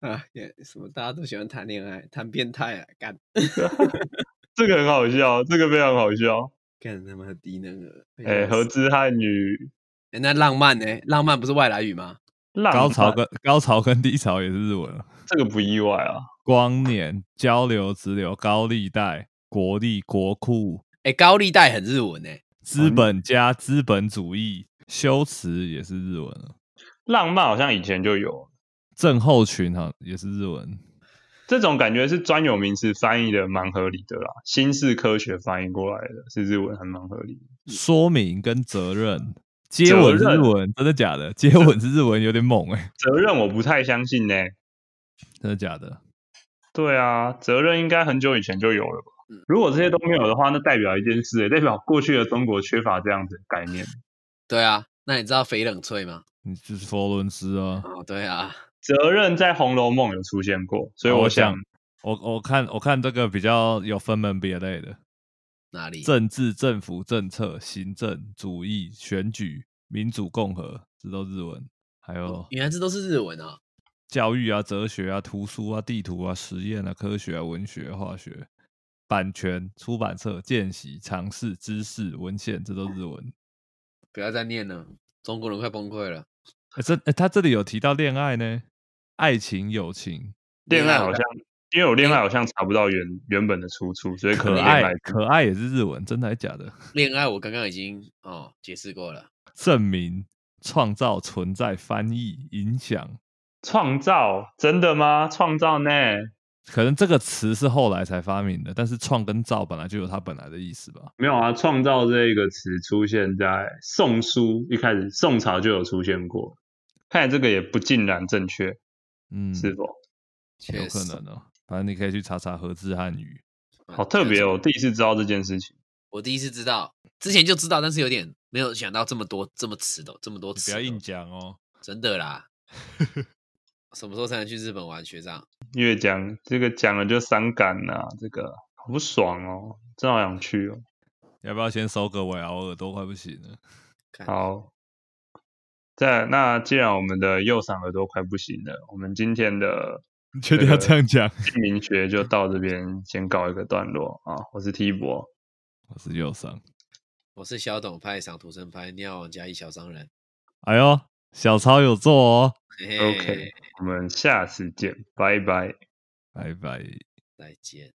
Speaker 4: 啊，也什么大家都喜欢谈恋爱，谈变态啊，干
Speaker 3: 这个很好笑，这个非常好笑。
Speaker 4: 干他妈的低能儿！
Speaker 3: 哎、和字汉语
Speaker 4: 哎那浪漫呢？浪漫不是外来语吗？
Speaker 3: 浪
Speaker 2: 高潮
Speaker 3: 漫
Speaker 2: 跟高潮跟低潮也是日文。
Speaker 3: 这个不意外啊。
Speaker 2: 光年、交流、直流、高利贷、国力、国库、
Speaker 4: 哎，高利贷很日文呢。
Speaker 3: 哦
Speaker 2: 资本家、资本主义、修辞也是日文哦了。
Speaker 3: 浪漫好像以前就有，嗯
Speaker 2: 症候群哈也是日文，
Speaker 3: 这种感觉是专有名词翻译的蛮合理的啦，新式科学翻译过来的，是日文还蛮合理的。
Speaker 2: 说明跟责任，接吻是
Speaker 3: 责
Speaker 2: 日
Speaker 3: 任
Speaker 2: 文，真的假的？接吻是日文，有点猛哎、
Speaker 3: 责任我不太相信呢、
Speaker 2: 真的假的？
Speaker 3: 对啊，责任应该很久以前就有了吧？如果这些都没有的话，那代表一件事、欸，代表过去的中国缺乏这样子的概念。
Speaker 1: 对啊，那你知道翡冷翠吗？
Speaker 2: 你就是佛罗伦斯啊！
Speaker 1: 哦，对啊，
Speaker 3: 责任在《红楼梦》有出现过，所以
Speaker 2: 哦
Speaker 3: 我
Speaker 2: 我
Speaker 3: 想
Speaker 2: 想我我看我看这个比较有分门别类的，
Speaker 1: 哪里？
Speaker 2: 政治、政府、政策、行政、主义、选举、民主、共和，这都日文。还有
Speaker 1: 原来这都是日文啊！
Speaker 2: 教育啊、哲学啊、图书啊、地图啊、实验啊、科学啊、文学、化学、版权、出版社、见习、尝试、知识、文献，这都日文。
Speaker 1: 不要再念了，中国人快崩溃了。
Speaker 2: 欸、这、欸、他这里有提到恋爱呢，爱情、友情、
Speaker 3: 恋爱好
Speaker 1: 好
Speaker 3: 像，因为我恋爱好像查不到原原本的出处，所以可
Speaker 2: 可
Speaker 3: 能恋
Speaker 2: 爱
Speaker 3: 爱、
Speaker 2: 可爱也是日文，真的还假的？
Speaker 1: 恋爱，我刚刚已经哦解释过了。
Speaker 2: 证明、创造、存在、翻译、影响，
Speaker 3: 创造真的吗？创造呢？
Speaker 2: 可能这个词是后来才发明的，但是“创”跟“造”本来就有它本来的意思吧？
Speaker 3: 没有啊，创造这个词出现在《宋书》一开始，宋朝就有出现过。看来这个也不尽然正确，
Speaker 2: 嗯，
Speaker 3: 是否？
Speaker 2: 有
Speaker 1: 确
Speaker 2: 可
Speaker 1: 实，
Speaker 2: 能哦。反正你可以去查查和字汉语。
Speaker 1: 嗯
Speaker 3: 好特别哦，我
Speaker 1: 确实
Speaker 3: 第一次知道这件事情。
Speaker 1: 我第一次知道，之前就知道，但是有点没有想到这么多这么词的这么多
Speaker 2: 你
Speaker 1: 词
Speaker 2: 不
Speaker 1: 的。
Speaker 2: 要硬讲哦。
Speaker 1: 真的 啦。什么时候才能去日本玩，学长？
Speaker 3: 越讲这个讲了就伤感呐、这个好不爽哦，真好想去哦。
Speaker 2: 要不要先收个尾啊？我耳朵快不行了。
Speaker 1: 看，
Speaker 3: 好，在那既然我们的右嗓耳朵快不行了，我们今天的
Speaker 2: 你确
Speaker 3: 定要这
Speaker 2: 样讲？
Speaker 3: 姓名学就到这边先告一个段落啊。我是 T 博，
Speaker 2: 我是右上。
Speaker 1: 我是小董派赏土生派尿王加一小商人。
Speaker 2: 哎呦，小超有做哦。
Speaker 1: 嘿嘿
Speaker 3: OK 我们下次见，拜拜。
Speaker 2: 拜拜。
Speaker 1: 再见。